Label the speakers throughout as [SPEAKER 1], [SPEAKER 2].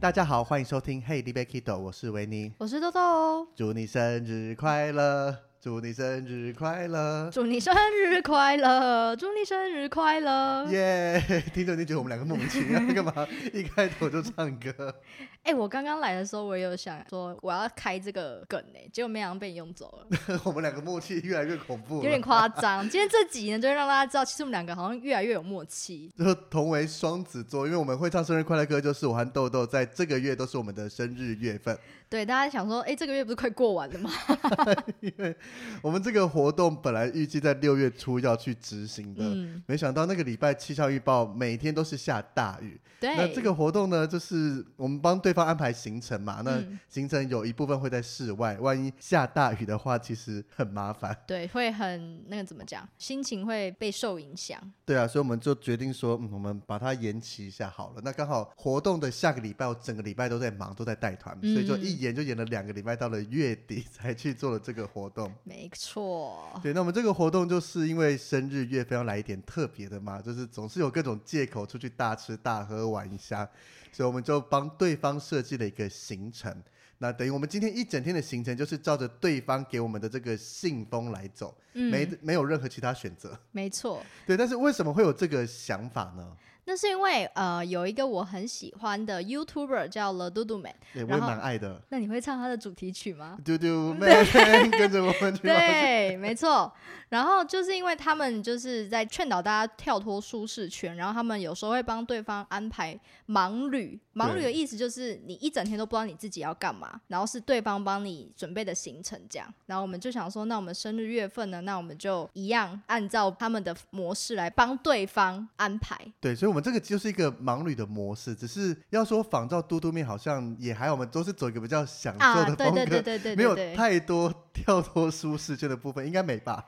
[SPEAKER 1] 大家好，欢迎收听《嘿，你别 k i d 我是维尼，
[SPEAKER 2] 我是豆豆哦，
[SPEAKER 1] 祝你生日快乐，祝你生日快乐，
[SPEAKER 2] 祝你生日快乐，祝你生日快 乐。哎、
[SPEAKER 1] 耶！ 听众就觉得我们两个莫名其妙， 干嘛一开头就唱歌？
[SPEAKER 2] 哎我刚刚来的时候，我也有想说我要开这个梗呢、结果没想到被你用走了，
[SPEAKER 1] 我们两个默契越来越恐怖了，
[SPEAKER 2] 有点夸张。今天这集呢，就会让大家知道，其实我们两个好像越来越有默契。
[SPEAKER 1] 就同为双子座，因为我们会唱生日快乐歌，就是我和豆豆在这个月都是我们的生日月份。
[SPEAKER 2] 对，大家想说，哎、这个月不是快过完了吗？
[SPEAKER 1] 因为我们这个活动本来预计在六月初要去执行的，
[SPEAKER 2] 嗯，
[SPEAKER 1] 没想到那个礼拜气象预报每天都是下大雨。
[SPEAKER 2] 对。
[SPEAKER 1] 那这个活动呢，就是我们帮对方安排行程嘛。那
[SPEAKER 2] 嗯
[SPEAKER 1] 行程有一部分会在室外，万一下大雨的话，其实很麻烦。
[SPEAKER 2] 对会很那个怎么讲，心情会被受影响。
[SPEAKER 1] 对啊，所以我们就决定说，嗯，我们把它延期一下好了。那刚好活动的下个礼拜，我整个礼拜都在忙，都在带团，所以就一延就延了两个礼拜，到了月底才去做了这个活动。
[SPEAKER 2] 没错，
[SPEAKER 1] 对，那我们这个活动就是因为生日月份要来一点特别的嘛，就是总是有各种借口出去大吃大喝玩一下，所以我们就帮对方设计了一个行程。那等于我们今天一整天的行程就是照着对方给我们的这个信封来走，没
[SPEAKER 2] 嗯，
[SPEAKER 1] 没有任何其他选择。
[SPEAKER 2] 没错。
[SPEAKER 1] 对，但是为什么会有这个想法呢？
[SPEAKER 2] 那是因为呃，有一个我很喜欢的 YouTuber 叫 The Dudu Man，
[SPEAKER 1] 对，我也
[SPEAKER 2] 然后
[SPEAKER 1] 蛮爱的。
[SPEAKER 2] 那你会唱他的主题曲吗？
[SPEAKER 1] 丢丢妹 跟着我 们去玩
[SPEAKER 2] 对，没错。然后就是因为他们就是在劝导大家跳脱舒适圈，然后他们有时候会帮对方安排盲旅。盲旅的
[SPEAKER 1] 对
[SPEAKER 2] 意思就是你一整天都不知道你自己要干嘛，然后是对方帮你准备的行程这样。然后我们就想说，那我们生日月份呢，那我们就一样按照他们的模式来帮对方安排。
[SPEAKER 1] 对，所以，我们这个就是一个盲旅的模式，只是要说仿照嘟嘟面，好像也还好，我们都是走一个比较享受
[SPEAKER 2] 啊，
[SPEAKER 1] 的
[SPEAKER 2] 对
[SPEAKER 1] 风格，
[SPEAKER 2] 对对对对
[SPEAKER 1] 没
[SPEAKER 2] 对
[SPEAKER 1] 有
[SPEAKER 2] 对，
[SPEAKER 1] 太多跳脱舒适圈的部分，应该没吧？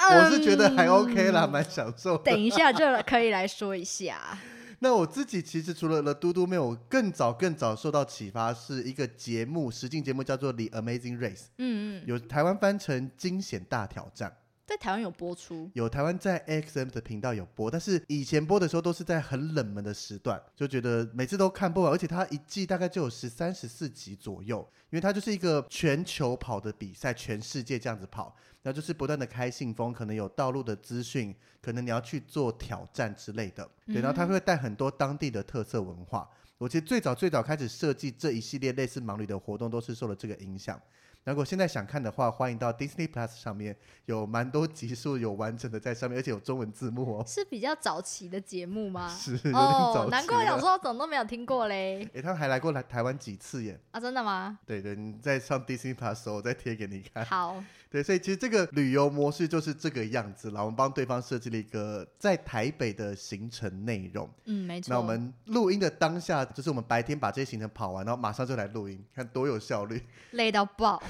[SPEAKER 1] 我是觉得还 OK 啦，
[SPEAKER 2] 嗯
[SPEAKER 1] 蛮享受的。
[SPEAKER 2] 等一下就可以来说一下。
[SPEAKER 1] 那我自己其实除了了嘟嘟面，我更早更早受到启发是一个节目，实境节目叫做《The Amazing Race》，
[SPEAKER 2] 嗯嗯，
[SPEAKER 1] 有台湾翻成《惊险大挑战》。
[SPEAKER 2] 在台湾有播出。
[SPEAKER 1] 有台湾在 XM 的频道有播，但是以前播的时候都是在很冷门的时段，就觉得每次都看不完，而且它一季大概就有十三、十四集左右，因为它就是一个全球跑的比赛，全世界这样子跑，那就是不断的开信封，可能有道路的资讯，可能你要去做挑战之类的，对，然后它会带很多当地的特色文化。我其实最早最早开始设计这一系列类似盲旅的活动，都是受了这个影响。如果现在想看的话，欢迎到 Disney Plus 上面有蛮多集数有完整的在上面，而且有中文字幕哦。
[SPEAKER 2] 是比较早期的节目吗？
[SPEAKER 1] 是有点早
[SPEAKER 2] 哦
[SPEAKER 1] 期，
[SPEAKER 2] 难怪我想
[SPEAKER 1] 了。
[SPEAKER 2] 说怎么都没有听过嘞
[SPEAKER 1] 诶，他们还来过来台湾几次耶？
[SPEAKER 2] 啊，真 的吗？
[SPEAKER 1] 对对，你在上 Disney Plus 的时候，我再贴给你看。
[SPEAKER 2] 好，
[SPEAKER 1] 对，所以其实这个旅游模式就是这个样子啦。我们帮对方设计了一个在台北的行程内容。
[SPEAKER 2] 嗯，没错。
[SPEAKER 1] 那我们录音的当下，就是我们白天把这些行程跑完，然后马上就来录音，看多有效率。
[SPEAKER 2] 累到爆，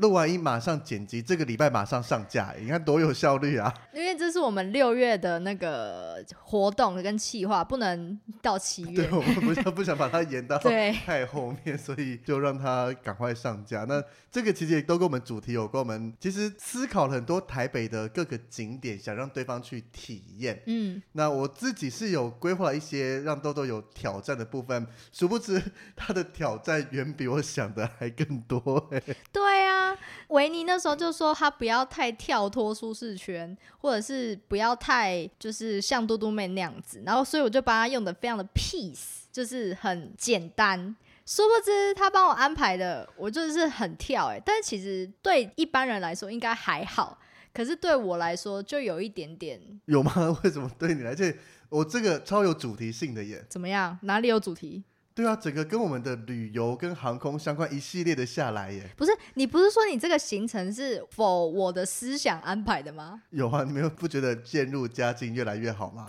[SPEAKER 1] 录完音马上剪辑，这个礼拜马上上架，你看多有效率 啊！
[SPEAKER 2] 因为这是我们六月的那个活动跟企划，不能到七
[SPEAKER 1] 对，
[SPEAKER 2] 月。
[SPEAKER 1] 我们不想不想把它延到
[SPEAKER 2] 对，
[SPEAKER 1] 太后面，所以就让它赶快上架。那这个其实也都跟我们主题有关，我们其实思考了很多台北的各个景点，想让对方去体验。
[SPEAKER 2] 嗯，
[SPEAKER 1] 那我自己是有规划了一些让豆豆有挑战的部分，殊不知他的挑战远比我想的还更多、欸。
[SPEAKER 2] 对啊。维尼那时候就说他不要太跳脱舒适圈，或者是不要太就是像嘟嘟妹那样子。然后，所以我就把他用的非常的 peace，就是很简单。殊不知他帮我安排的，我就是很跳哎、但其实对一般人来说应该还好，可是对我来说就有一点点
[SPEAKER 1] 有吗？ 为什么对你来？而且我这个超有主题性的耶。
[SPEAKER 2] 怎么样？哪里有主题？
[SPEAKER 1] 对啊，整个跟我们的旅游跟航空相关一系列的下来耶。
[SPEAKER 2] 不是你不是说你这个行程是否我的思想安排的吗？
[SPEAKER 1] 有啊，你们不觉得渐入佳境越来越好吗？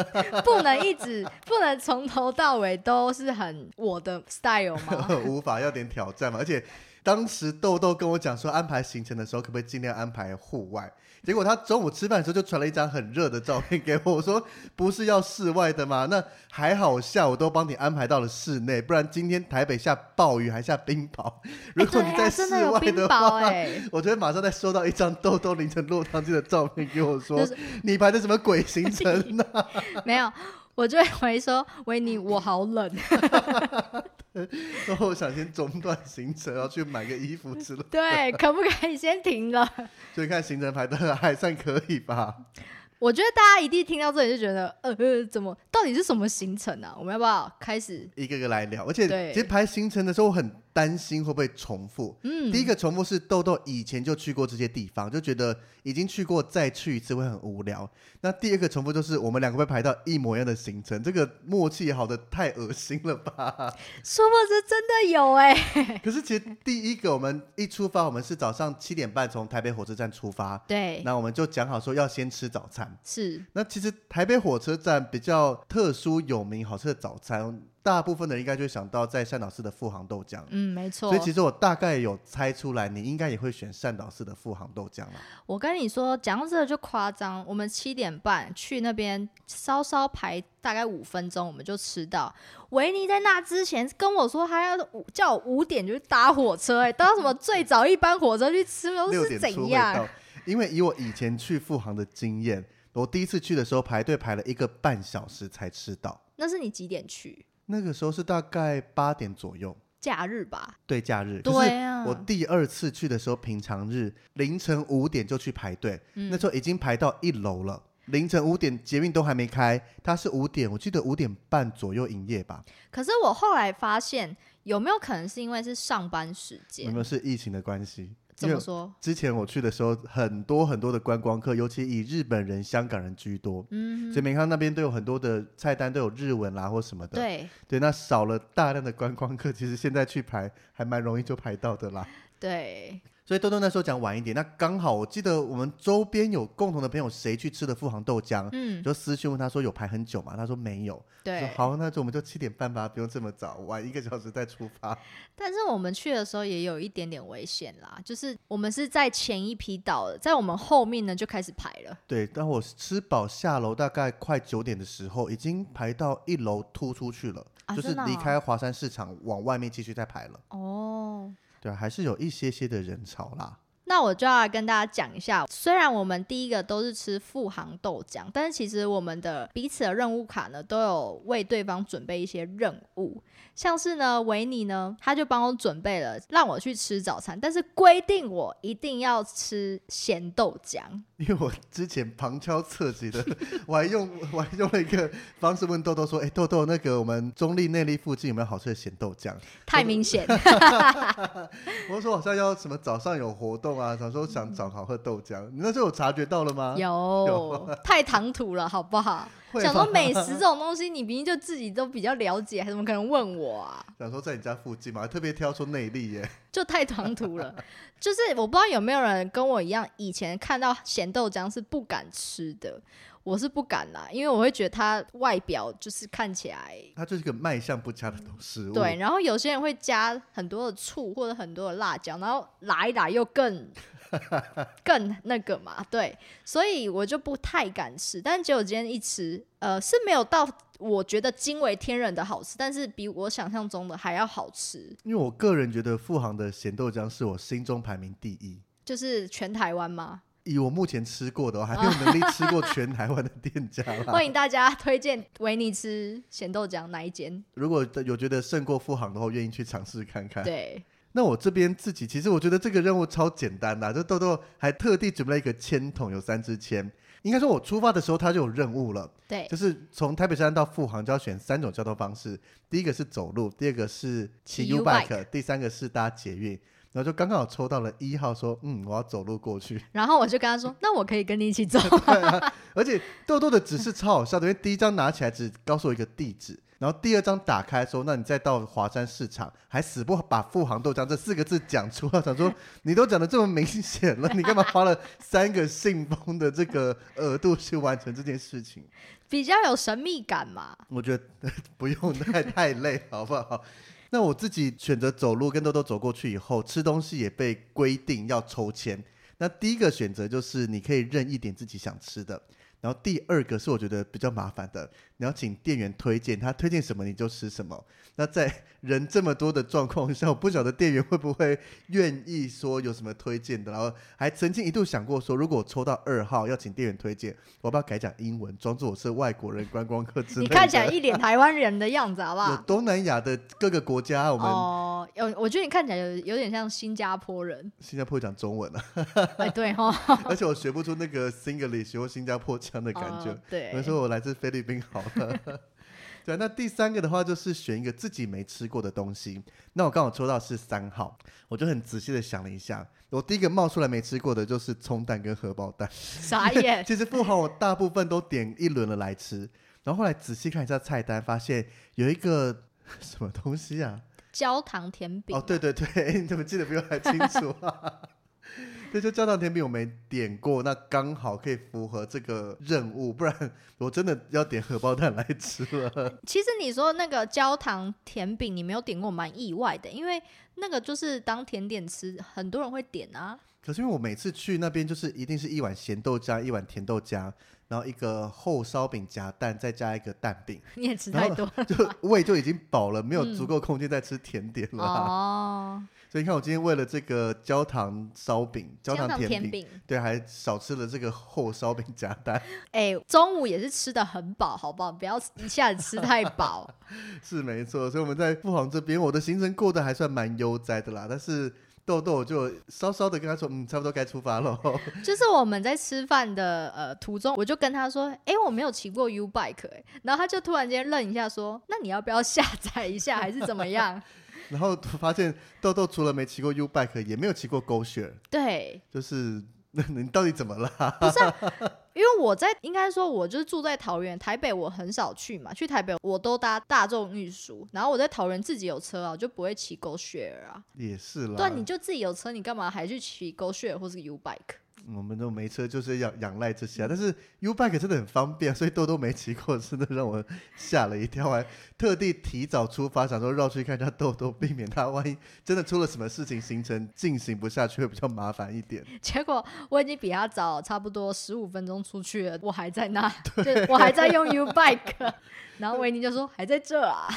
[SPEAKER 2] 不能一直不能从头到尾都是很我的 style 吗？
[SPEAKER 1] 无法要点挑战嘛。而且当时豆豆跟我讲说，安排行程的时候可不可以尽量安排户外？结果他中午吃饭的时候就传了一张很热的照片给我，我说不是要室外的吗？那还好，我下午都帮你安排到了室内，不然今天台北下暴雨还下冰雹，如果
[SPEAKER 2] 哎
[SPEAKER 1] 你
[SPEAKER 2] 对啊
[SPEAKER 1] 在
[SPEAKER 2] 真
[SPEAKER 1] 室
[SPEAKER 2] 的有
[SPEAKER 1] 外
[SPEAKER 2] 冰
[SPEAKER 1] 的
[SPEAKER 2] 雹
[SPEAKER 1] 话，
[SPEAKER 2] 哎、
[SPEAKER 1] 我昨天马上再收到一张豆豆凌晨落汤鸡的照片给我说，
[SPEAKER 2] 就是
[SPEAKER 1] 你排的什么鬼行 程呢、
[SPEAKER 2] 没有，我就会回说维尼，我好冷。
[SPEAKER 1] 然后我想先中断行程，然后去买个衣服之类的。
[SPEAKER 2] 对，可不可以先停了？
[SPEAKER 1] 所以看行程排的还算可以吧。
[SPEAKER 2] 我觉得大家一定听到这里就觉得，呃，呃怎么到底是什么行程啊？我们要不要开始？
[SPEAKER 1] 一个个来聊，而且
[SPEAKER 2] 对
[SPEAKER 1] 其实排行程的时候，我很担心会不会重复。
[SPEAKER 2] 嗯，
[SPEAKER 1] 第一个重复是豆豆以前就去过这些地方，就觉得已经去过再去一次会很无聊。那第二个重复就是我们两个会排到一模一样的行程，这个默契好的太恶心了吧？
[SPEAKER 2] 殊不知真的有哎、
[SPEAKER 1] 可是其实第一个我们一出发，我们是早上七点半从台北火车站出发，
[SPEAKER 2] 对，
[SPEAKER 1] 那我们就讲好说要先吃早餐。
[SPEAKER 2] 是
[SPEAKER 1] 那其实台北火车站比较特殊、有名、好吃的早餐，大部分的人应该就会想到在善导寺的富航豆浆。
[SPEAKER 2] 嗯，没错
[SPEAKER 1] 所以。其实我大概有猜出来，你应该也会选善导寺的富航豆浆啦。
[SPEAKER 2] 我跟你说，讲到这个就夸张。我们七点半去那边，稍稍排大概五分钟，我们就吃到。维尼在那之前跟我说，他要五叫我五点就搭火车、哎，搭什么最早一班火车去吃，都
[SPEAKER 1] 六
[SPEAKER 2] 哦是
[SPEAKER 1] 点
[SPEAKER 2] 怎
[SPEAKER 1] 出会
[SPEAKER 2] 样
[SPEAKER 1] 到？，因为以我以前去富航的经验，我第一次去的时候排队排了一个半小时才吃到，
[SPEAKER 2] 那是你几点去？
[SPEAKER 1] 那个时候是大概八点左右。
[SPEAKER 2] 假日吧？
[SPEAKER 1] 对假日，可是
[SPEAKER 2] 对啊，
[SPEAKER 1] 我第二次去的时候，平常日凌晨五点就去排队，
[SPEAKER 2] 嗯
[SPEAKER 1] 那时候已经排到一楼了。凌晨五点捷运都还没开，它是五点，我记得五点半左右营业吧？
[SPEAKER 2] 可是我后来发现，有没有可能是因为是上班时
[SPEAKER 1] 有
[SPEAKER 2] 间
[SPEAKER 1] 没？有是疫情的关系？
[SPEAKER 2] 怎
[SPEAKER 1] 因
[SPEAKER 2] 么
[SPEAKER 1] 为
[SPEAKER 2] 说？
[SPEAKER 1] 之前我去的时候，很多很多的观光客，尤其以日本人、香港人居多，
[SPEAKER 2] 嗯，
[SPEAKER 1] 所以美康那边都有很多的菜单都有日文啦或什么的。
[SPEAKER 2] 对
[SPEAKER 1] 对那少了大量的观光客，其实现在去排还蛮容易就排到的啦。
[SPEAKER 2] 对，
[SPEAKER 1] 所以豆豆那时候讲晚一点，那刚好我记得我们周边有共同的朋友谁去吃的富航豆浆，
[SPEAKER 2] 嗯，
[SPEAKER 1] 就私讯问他说有排很久吗？他说没有。我说
[SPEAKER 2] 对。
[SPEAKER 1] 好，那就我们就七点半吧，不用这么早，晚一个小时再出 发。
[SPEAKER 2] 但是我们去的时候也有一点点危险啦，就是我们是在前一批到的，在我们后面呢就开始排了。
[SPEAKER 1] 对，当我吃饱下楼，大概快九点的时候，已经排到一楼突出去了，
[SPEAKER 2] 啊
[SPEAKER 1] 就是
[SPEAKER 2] 真的哦
[SPEAKER 1] 离开华山市场往外面继续再排了。
[SPEAKER 2] 哦，
[SPEAKER 1] 对啊，还是有一些些的人潮啦。
[SPEAKER 2] 那我就要来跟大家讲一下，虽然我们第一个都是吃富航豆浆，但是其实我们的彼此的任务卡呢，都有为对方准备一些任务，像是呢维尼呢，他就帮我准备了让我去吃早餐，但是规定我一定要吃咸豆浆。
[SPEAKER 1] 因为我之前旁敲侧击的，我还用我还用了一个方式问豆豆说：“哎、豆豆，那个我们中立内力附近有没有好吃的咸豆浆？”
[SPEAKER 2] 太明显，
[SPEAKER 1] 我说：“好像要什么早上有活动啊，想说想找好喝豆浆。”你那时候有察觉到了吗？
[SPEAKER 2] 有太唐突了，好不好？
[SPEAKER 1] 会
[SPEAKER 2] 想说
[SPEAKER 1] 吗
[SPEAKER 2] 美食 这种东西，你明明就自己都比较了解，还怎么可能问我啊？
[SPEAKER 1] 想说在你家附近嘛，还特别挑出内力耶。
[SPEAKER 2] 就太唐突了。就是我不知道有没有人跟我一样，以前看到咸豆浆是不敢吃的，我是不敢啦，因为我会觉得它外表就是看起来。
[SPEAKER 1] 它就是个卖相不佳的食物。
[SPEAKER 2] 对，，然后有些人会加很多的醋或者很多的辣椒，然后拉一拉 又更更那个嘛，对，所以我就不太敢吃。但结果今天一吃，呃，是没有到我觉得惊为天人的好吃，但是比我想象中的还要好吃，
[SPEAKER 1] 因为我个人觉得富航的咸豆浆是我心中排名第一。
[SPEAKER 2] 就是全台 湾吗？
[SPEAKER 1] 以我目前吃过的，我还没有能力吃过全台湾的店家 啦。
[SPEAKER 2] 欢迎大家推荐维尼吃咸豆浆哪 一间？
[SPEAKER 1] 如果有觉得胜过富航的话，我愿意去尝试看看。
[SPEAKER 2] 对，
[SPEAKER 1] 那我这边自己其实我觉得这个任务超简单的啊、就豆豆还特地准备了一个签筒，有三支签，应该说我出发的时候他就有任务了，
[SPEAKER 2] 对
[SPEAKER 1] 就，是从台北山到富航就要选三种交通方式，第一个是走路，第二个是骑
[SPEAKER 2] 骑
[SPEAKER 1] U
[SPEAKER 2] U
[SPEAKER 1] bike，第三个是搭捷运。然后就刚刚好抽到了一号说，嗯，我要走路过去。
[SPEAKER 2] 然后我就跟他说，那我可以跟你一起走，
[SPEAKER 1] 而且豆豆的指示超好笑的，因为 第一张拿起来只告诉我一个地址，然后第二张打开说，那你再到华山市场，还死不把富航豆浆这四个字讲出来，想说你都讲的这么明显了，你干嘛花了三个信封的这个额度去完成这件事情？
[SPEAKER 2] 比较有神秘感嘛。
[SPEAKER 1] 我觉得 不用太太累，好不好？那我自己选择走路，跟豆豆走过去以后，吃东西也被规定要抽签。那第一个选择就是你可以任意点自己想吃的，然后第二个是我觉得比较麻烦的，你要请店员推荐，他推荐什么你就吃什么。那在 人这么多的状况下，我不晓得店员会不会愿意说有什么推荐的，然后还曾经一度想过说，如果我抽到二号要请店员推荐，我要不要改讲英文，装作我是外国人观光客之类
[SPEAKER 2] 你
[SPEAKER 1] 的？
[SPEAKER 2] 看起来一脸台湾人的样子，好不
[SPEAKER 1] 有
[SPEAKER 2] 好？
[SPEAKER 1] 东南亚的各个国家，我们
[SPEAKER 2] 哦，有，我觉得你看起来有有点像新加 坡人，
[SPEAKER 1] 新加坡讲中 文了、啊
[SPEAKER 2] 哎，对哈，
[SPEAKER 1] 而且我学不出那个 Singlish 或新加坡腔的感觉。
[SPEAKER 2] 哦对
[SPEAKER 1] 我，说我来自菲律宾好了。 对啊，那第三个的话就是选一个自己没吃过的东西。那我刚好抽到是三号，我就很仔细的想了一下，我第一个冒出来没吃过的就是葱蛋跟荷包蛋。
[SPEAKER 2] 傻 眼，
[SPEAKER 1] 其实富豪我大部分都点一轮了来吃，然后后来仔细看一下菜单，发现有一个 什么东西啊，
[SPEAKER 2] 焦糖甜饼
[SPEAKER 1] 哦，对对对，哎你怎么记得比我还清楚 啊？对，就焦糖甜饼我没点过，那刚好可以符合这个任务，不然我真的要点荷包蛋来吃了。
[SPEAKER 2] 其实你说那个焦糖甜饼，你没有点过，蛮意外的，因为那个就是当甜点吃，很多人会点啊。
[SPEAKER 1] 可是因为我每次去那边，就是一定是一碗咸豆浆，一碗甜豆浆，然后一个厚烧饼夹蛋，再加一个蛋饼，
[SPEAKER 2] 你也吃
[SPEAKER 1] 然后
[SPEAKER 2] 太 多
[SPEAKER 1] 就胃就已经饱了，没有
[SPEAKER 2] 嗯
[SPEAKER 1] 足够空间再吃甜点了啊。
[SPEAKER 2] 哦，
[SPEAKER 1] 所以你看，我今天为了这个焦糖烧饼、焦糖甜
[SPEAKER 2] 甜
[SPEAKER 1] 饼，
[SPEAKER 2] 饼，
[SPEAKER 1] 对，还少吃了这个厚烧饼夹蛋。
[SPEAKER 2] 哎、中午也是吃的很饱，好不好？不要一下子吃太饱。
[SPEAKER 1] 是没错，所以我们在富航这边，我的行程过得还算蛮悠哉的啦。但是豆豆就稍稍的跟他说，嗯，差不多该出发了。
[SPEAKER 2] 就是我们在吃饭的呃途中，我就跟他说：“哎、我没有骑过 U bike、哎，然后他就突然间愣一下，说：“那你要不要下载一下，还是怎么样
[SPEAKER 1] 然后发现豆豆除了没骑过 U bike，也没有骑过 Go Share，？”
[SPEAKER 2] 对，
[SPEAKER 1] 就是那你到底怎么了？
[SPEAKER 2] 因为我在应该说，我就是住在桃园，台北我很少去嘛，去台北我都搭大众运输，然后我在桃园自己有车啊，我就不会骑 Go Share 啊。
[SPEAKER 1] 也是啦，
[SPEAKER 2] 对啊，你就自己有车，你干嘛还去骑 Go Share 或是 U Bike？
[SPEAKER 1] 我们都没车，就是要仰赖这些、啊。但是 U bike 真的很方便，所以豆豆没骑过，真的让我吓了一跳，还特地提早出发，想说绕去看一下豆豆，避免他万一真的出了什么事情，行程进行不下去会比较麻烦一点。
[SPEAKER 2] 结果我已经比他早差不多十五分钟出去了，我还在那，就我还在用 U Bike，然 后维尼就说还在这啊，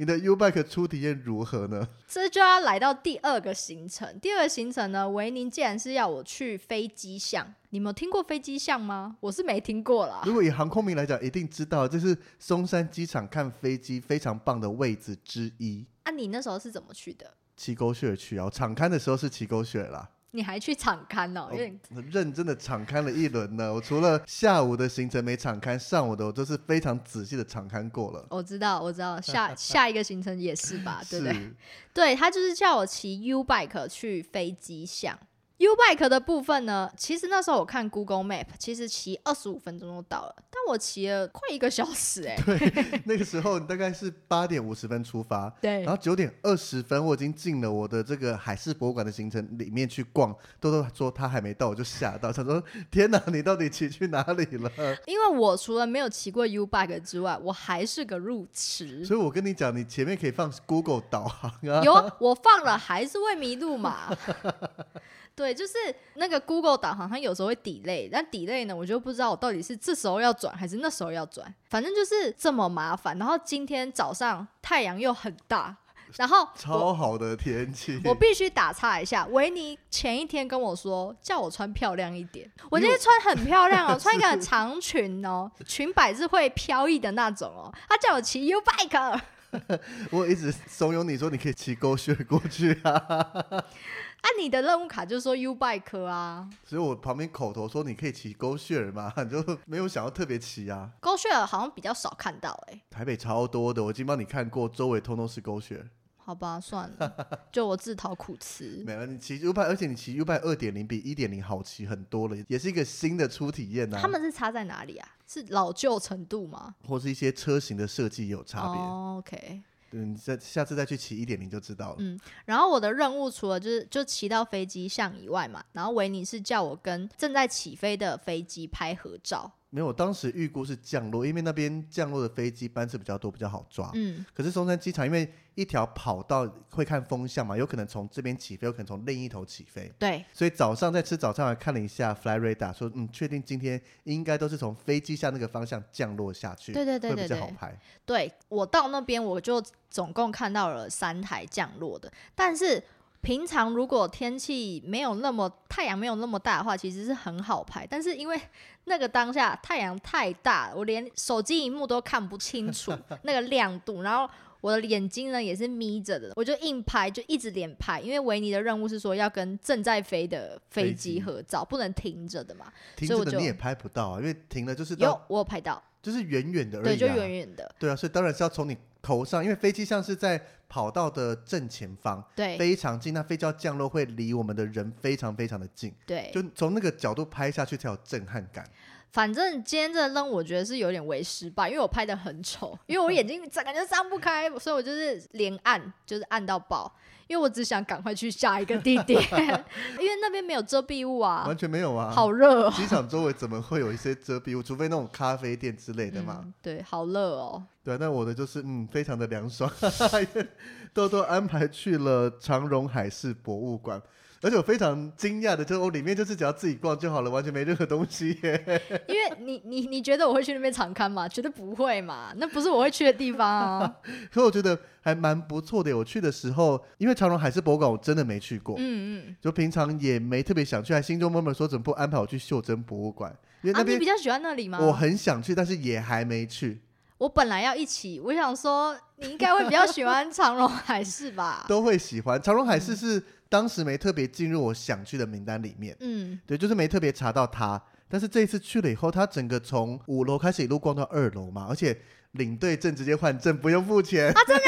[SPEAKER 1] 你的 U Bike 初体验如何呢？
[SPEAKER 2] 这就要来到第二个行程。第二个行程呢，维尼竟然是要我去飞机巷，你们有听过飞机巷吗？我是没听过啦。
[SPEAKER 1] 如果以航空迷来讲，一定知道这是松山机场看飞机非常棒的位置之一。
[SPEAKER 2] 啊，你那时候是怎么去的？
[SPEAKER 1] 骑狗血去啊！我敞开的时候是骑狗血啦，
[SPEAKER 2] 你还去场刊哦，
[SPEAKER 1] 我
[SPEAKER 2] 有点
[SPEAKER 1] 认真的敞开了一轮呢。我除了下午的行程没敞开，上午的我都是非常仔细的敞开过了。
[SPEAKER 2] 我知道，我知道，下下一个行程也是吧，啊对不对？
[SPEAKER 1] 是，
[SPEAKER 2] 对他就是叫我骑 U bike 去飞机巷。U bike 的部分呢，其实那时候我看 Google Map，其实骑二十五分钟就到了，但我骑了快一个小时哎、
[SPEAKER 1] 那个时候大概是八点五十分出发，
[SPEAKER 2] 对
[SPEAKER 1] 然后九点二十分我已经进了我的这个海事博物馆的行程里面去逛。豆豆说他还没到，我就吓到，想说天哪，你到底骑去哪里了？
[SPEAKER 2] 因为我除了没有骑过 U bike 之外，我还是个路痴。
[SPEAKER 1] 所以我跟你讲，你前面可以放 Google 导航 啊。
[SPEAKER 2] 有啊我放了还是会迷 路嘛？对，就是那个 Google 导航，它有时候会 delay，但 delay 呢，我就不知道我到底是这时候要转还是那时候要转，反正就是这么麻烦。然后今天早上太阳又很 大，然后我
[SPEAKER 1] 超好的天气，
[SPEAKER 2] 我必须打岔一下，维尼前一天跟我说叫我穿漂亮一 点，我
[SPEAKER 1] 因
[SPEAKER 2] 今
[SPEAKER 1] 为
[SPEAKER 2] 天穿很漂亮 哦，穿一个长裙哦，裙摆是会飘逸的那种哦，他叫我骑 U bike。
[SPEAKER 1] 我一直怂恿你说你可以骑狗血过去啊，
[SPEAKER 2] 啊，你的任务卡就是说 U bike 啊
[SPEAKER 1] 所以我旁边口头说你可以骑狗血嘛，你 就没有想要特别骑啊。
[SPEAKER 2] g o s h a r e 好像比较少看到哎、
[SPEAKER 1] 台北超多的，我已经帮你看过，周围通通是狗血。
[SPEAKER 2] 好吧，算 了，就我自讨苦吃。
[SPEAKER 1] 没了，你骑 U 派，而且你骑 U 派二点零比一点零好骑很多了，也是一个新的初体验呐、
[SPEAKER 2] 他们是差在哪里啊？是老旧程度吗？
[SPEAKER 1] 或是一些车型的设计也有差别。
[SPEAKER 2] 哦、OK，
[SPEAKER 1] 嗯，你再下次再去骑一点零就知道了。
[SPEAKER 2] 嗯然后我的任务除了就是就骑到飞机上以外嘛，然后维尼是叫我跟正在起飞的飞机拍合照。
[SPEAKER 1] 没有，我当时预估是降落，因为那边降落的飞机班次比较多，比较好抓。
[SPEAKER 2] 嗯，
[SPEAKER 1] 可是松山机场因为一条跑道会看风向嘛，有可能从这边起飞，有可能从另一头起飞。
[SPEAKER 2] 对，
[SPEAKER 1] 所以早上在吃早餐还看了一下 Fly Radar，说嗯，确定今天应该都是从飞机下那个方向降落下去，
[SPEAKER 2] 对对对
[SPEAKER 1] 会
[SPEAKER 2] 对
[SPEAKER 1] 比较好
[SPEAKER 2] 对，
[SPEAKER 1] 拍。
[SPEAKER 2] 对我到那边我就总共看到了三台降落的，但是平常如果天气没有那么太阳没有那么大的话，其实是很好拍，但是因为 那个当下太阳太大了，我连手机荧幕都看不清 楚那个亮度，然后。我的眼睛呢也是眯着的，我就硬拍，就一直连拍，因为维尼的任务是说要跟正在飞的飞
[SPEAKER 1] 飞
[SPEAKER 2] 机
[SPEAKER 1] 机
[SPEAKER 2] 合照，不能停着的嘛。
[SPEAKER 1] 停
[SPEAKER 2] 所
[SPEAKER 1] 着
[SPEAKER 2] 以我
[SPEAKER 1] 的
[SPEAKER 2] 就
[SPEAKER 1] 你也拍不到啊，因为停了就是
[SPEAKER 2] 有
[SPEAKER 1] 到，
[SPEAKER 2] 我有拍到，
[SPEAKER 1] 就是远远的而已、啊。
[SPEAKER 2] 对，就远远的，
[SPEAKER 1] 对啊，所以当然是要从你头上，因为飞机像是在跑道的正前方，
[SPEAKER 2] 对
[SPEAKER 1] 非常近。那飞机要降落会离我们的人非常非常的近，
[SPEAKER 2] 对，
[SPEAKER 1] 就从那个角度拍下去才有震撼感。
[SPEAKER 2] 反正今天这个任务我觉得是有点为失败，因为我拍的 很丑，因为我眼睛整个就张不开，所以我就是连按，就是按到爆，因为我只想赶快去下一个地 点，因为那边没有遮蔽物啊
[SPEAKER 1] 完，全没有啊！
[SPEAKER 2] 好热哦、
[SPEAKER 1] 机场周围怎么会有一些遮蔽物？除非那种咖啡店之类的嘛。
[SPEAKER 2] 嗯对，好热哦、
[SPEAKER 1] 对啊，那我的就是嗯，非常的凉爽。豆豆安排去了长荣海事博物馆，而且我非常惊讶的就是，我里面就是只要自己逛就好了，完全没任何东西耶。
[SPEAKER 2] 因为你你你觉得我会去那边常看吗？绝对不会嘛，那不是我会去的地 方啊。
[SPEAKER 1] 可我觉得还蛮不错的。我去的时候，因为长荣海事博物馆我真的没去过，
[SPEAKER 2] 嗯嗯。
[SPEAKER 1] 就平常也没特别想去，还心中默默说怎么不安排我去袖珍博物馆，因为
[SPEAKER 2] 啊，
[SPEAKER 1] 那
[SPEAKER 2] 你
[SPEAKER 1] 边
[SPEAKER 2] 比较喜欢那里吗？
[SPEAKER 1] 我很想去，但是也还没去。？
[SPEAKER 2] 我本来要一起，我想说你应该会比较喜欢长隆海事吧
[SPEAKER 1] 都会喜欢。长荣海
[SPEAKER 2] 嗯
[SPEAKER 1] 事是当时没特别进入我想去的名单里面，
[SPEAKER 2] 嗯，
[SPEAKER 1] 对，就是没特别查到它。但是这一次去了以后，它整个从五楼开始一路逛到二楼嘛，而且领队证直接换证，不用付钱。
[SPEAKER 2] 啊，真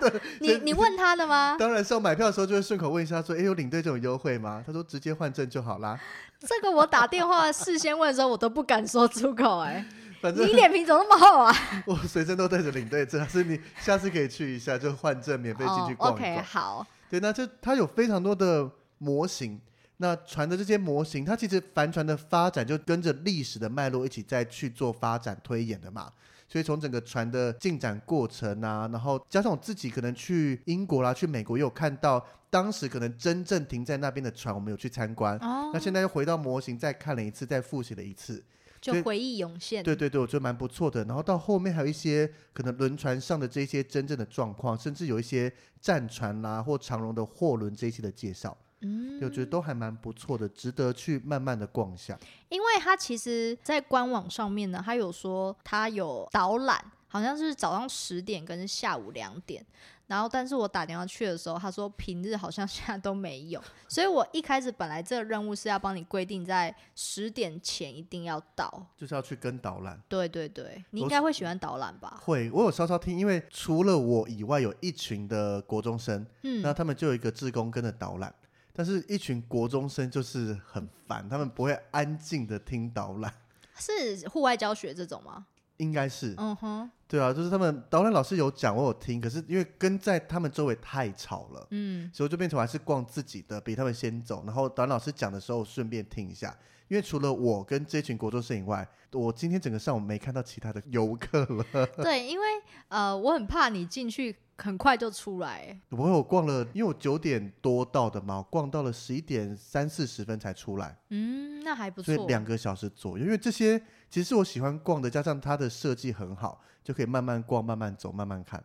[SPEAKER 2] 的的，你你问他的吗？
[SPEAKER 1] 当然是要买票的时候就会顺口问一下，说：“哎，有领队这种优惠吗？”他说：“直接换证就好啦。
[SPEAKER 2] 这个我打电话事先问的时候，我都不敢说出口、哎，”
[SPEAKER 1] 反
[SPEAKER 2] 你
[SPEAKER 1] 正
[SPEAKER 2] 脸皮怎么那么厚啊？
[SPEAKER 1] 我随身都带着领队证，所以你下次可以去一下，就换证免费进去
[SPEAKER 2] 哦、
[SPEAKER 1] 逛一
[SPEAKER 2] OK，
[SPEAKER 1] 逛。
[SPEAKER 2] 好，
[SPEAKER 1] 对，那这它有非常多的模型。那船的这些模型，它其实帆船的发展就跟着历史的脉络一起在去做发展推演的嘛。所以从整个船的进展过程啊，然后加上我自己可能去英国啦、去美国也有看到，当时可能真正停在那边的船，我们有去参观。
[SPEAKER 2] 哦
[SPEAKER 1] 那，现在又回到模型，再看了一次，再复习了一次。
[SPEAKER 2] 就
[SPEAKER 1] 所以
[SPEAKER 2] 回忆涌现。
[SPEAKER 1] 对对对，我觉得蛮不错的。然后到后面还有一些可能轮船上的这些真正的状况，甚至有一些战船啦、或长荣的货轮这一些的介绍，
[SPEAKER 2] 嗯
[SPEAKER 1] 我觉得都还蛮不错的，值得去慢慢的逛一下。
[SPEAKER 2] 因为他其实，在官网上面呢，他有说他有导览，好像是早上十点跟下午两点。然后，但是我打电话去的时候，他说平日好像现在都没有， 所以我一开始本来这个任务是要帮你规定在十点前一定要到。
[SPEAKER 1] 就是要去跟导览，
[SPEAKER 2] 对对对，你
[SPEAKER 1] 我
[SPEAKER 2] 应该会喜欢导览吧？
[SPEAKER 1] 会我有稍稍听，因为除了我以外，有一群的国中生，
[SPEAKER 2] 嗯，
[SPEAKER 1] 那他们就有一个志工跟着导览，但是一群国中生就是很烦，他们不会安静的听导览，
[SPEAKER 2] 是户外教学这种吗？
[SPEAKER 1] 应该是，
[SPEAKER 2] 嗯哼，
[SPEAKER 1] 对啊，就是他们导览老师有讲，我有听，可是因为跟在他们周围太吵了，
[SPEAKER 2] 嗯，
[SPEAKER 1] 所以我就变成我还是逛自己的，比他们先走。然后导览老师讲的时候，我顺便听一下。因为除了我跟这群国中生以外，我今天整个上午没看到其他的游客了。
[SPEAKER 2] 对，因为呃，我很怕你进去很快就出来。欸
[SPEAKER 1] 我有逛了，因为我九点多到的嘛，我逛到了十一点三四十分才出来，
[SPEAKER 2] 嗯，那还不
[SPEAKER 1] 所以
[SPEAKER 2] 错。
[SPEAKER 1] 两个小时左右。因为这些其实是我喜欢逛的，加上它的设计很好，就可以慢慢逛、慢慢走、慢慢看。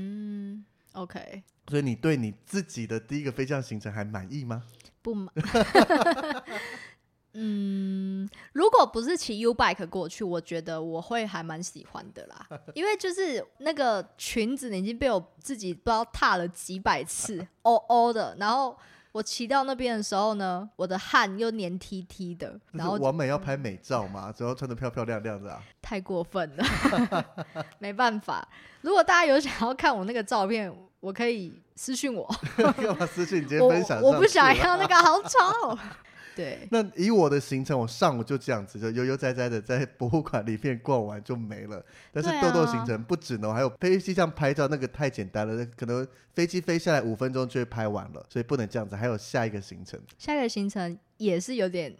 [SPEAKER 2] 嗯，OK，
[SPEAKER 1] 所以你对你自己的 第一个飞将行程还满意吗？
[SPEAKER 2] 不满。嗯，如果不是骑 U bike 过去，我觉得我会还蛮喜欢 的啦，因为就是那个裙子已经被我自己不知道踏了几百次， 哦哦的，然后。我骑到那边的时候呢，我的汗又黏 T T 的，
[SPEAKER 1] 就
[SPEAKER 2] 然
[SPEAKER 1] 是
[SPEAKER 2] 后
[SPEAKER 1] 完美要拍美照嘛，只要穿的漂漂亮亮的 啊。
[SPEAKER 2] 太过分了， 没办法。如果大家有想要看我那个照片，我可以私信我，
[SPEAKER 1] 干嘛私信你今天
[SPEAKER 2] 我
[SPEAKER 1] 分享上去
[SPEAKER 2] 我不想
[SPEAKER 1] 了
[SPEAKER 2] 要那个，好丑。 对，
[SPEAKER 1] 那以我的行程，我上午就这样子，就悠悠哉哉的在博物馆里面逛完就没了。但是
[SPEAKER 2] 对啊
[SPEAKER 1] 豆豆行程不止呢，我还有飞机上拍照那个太简单了，可能飞机飞下来五分钟就会拍完了，所以不能这样子。还有下一个行程，
[SPEAKER 2] 下一个行程也是有点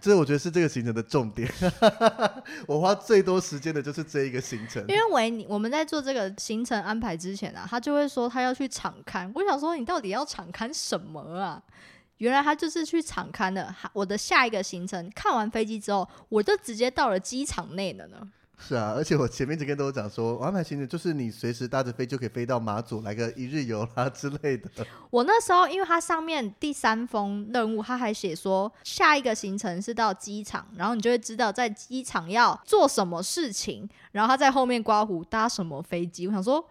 [SPEAKER 1] 这我觉得是这个行程的重点。 我花最多时间的就是这一个行程
[SPEAKER 2] 因。为维尼，我们在做这个行程安排之前啊，他就会说他要去场刊。我想说，你到底要场刊什么啊？原来他就是去场刊的。哈我的下一个行程看完飞机之后，我就直接到了机场内了呢。
[SPEAKER 1] 是啊，而且我前面就跟豆豆讲说，我安排行程就是你随时搭着飞就可以飞到马祖，来个一日游啦之类的。
[SPEAKER 2] 我那时候，因为它上面第三封任务，他还写说下一个行程是到机场，然后你就会知道在机场要做什么事情，然后他在后面刮胡搭什么飞机。我想说，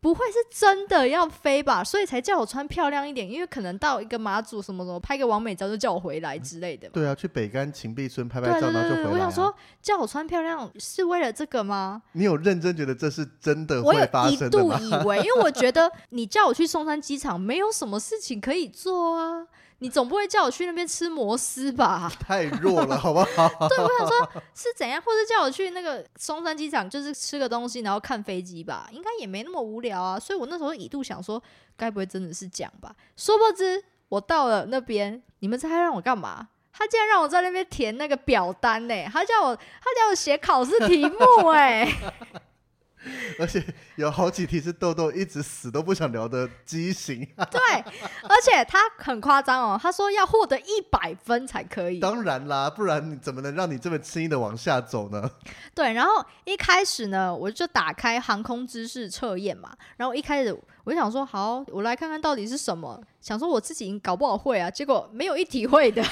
[SPEAKER 2] 不会是真的要飞吧？所以才叫我穿漂亮一点，因为可能到一个马祖什么什么拍个完美照就叫我回来之类的嘛。
[SPEAKER 1] 对啊，去北干秦壁村拍
[SPEAKER 2] 对
[SPEAKER 1] 拍照，
[SPEAKER 2] 对
[SPEAKER 1] 然后就
[SPEAKER 2] 对
[SPEAKER 1] 回来、
[SPEAKER 2] 对，
[SPEAKER 1] 啊。
[SPEAKER 2] 我想说，叫我穿漂亮是为了这个吗？
[SPEAKER 1] 你有认真觉得这是真的
[SPEAKER 2] 我
[SPEAKER 1] 会
[SPEAKER 2] 有
[SPEAKER 1] 发
[SPEAKER 2] 一
[SPEAKER 1] 生的
[SPEAKER 2] 度
[SPEAKER 1] 吗？
[SPEAKER 2] 以为，因为我觉得你叫我去松山机场，没有什么事情可以做啊。你总不会叫我去那边吃摩斯吧？
[SPEAKER 1] 太弱了，好不 好？
[SPEAKER 2] 对，我想说，是怎样，或者叫我去那个松山机场，就是吃个东西，然后看飞机吧，应该也没那么无聊啊。所以我那时候一度想说，该不会真的是这样吧？殊不知，我到了那边，你们猜他让我干嘛？他竟然让我在那边填那个表单呢、欸他叫我，他叫我写考试题目哎、
[SPEAKER 1] 而且有好几题是豆豆一直死都不想聊的畸 形。
[SPEAKER 2] 对，而且他很夸张哦，他说要获得一百分才可以。
[SPEAKER 1] 当然啦，不然你怎么能让你这么轻易的往下走呢？
[SPEAKER 2] 对，然后一开始呢，我就打开航空知识测验嘛，然后一开始我就想说，好，我来看看到底是什么，想说我自己搞不好会啊，结果没有一题 会的。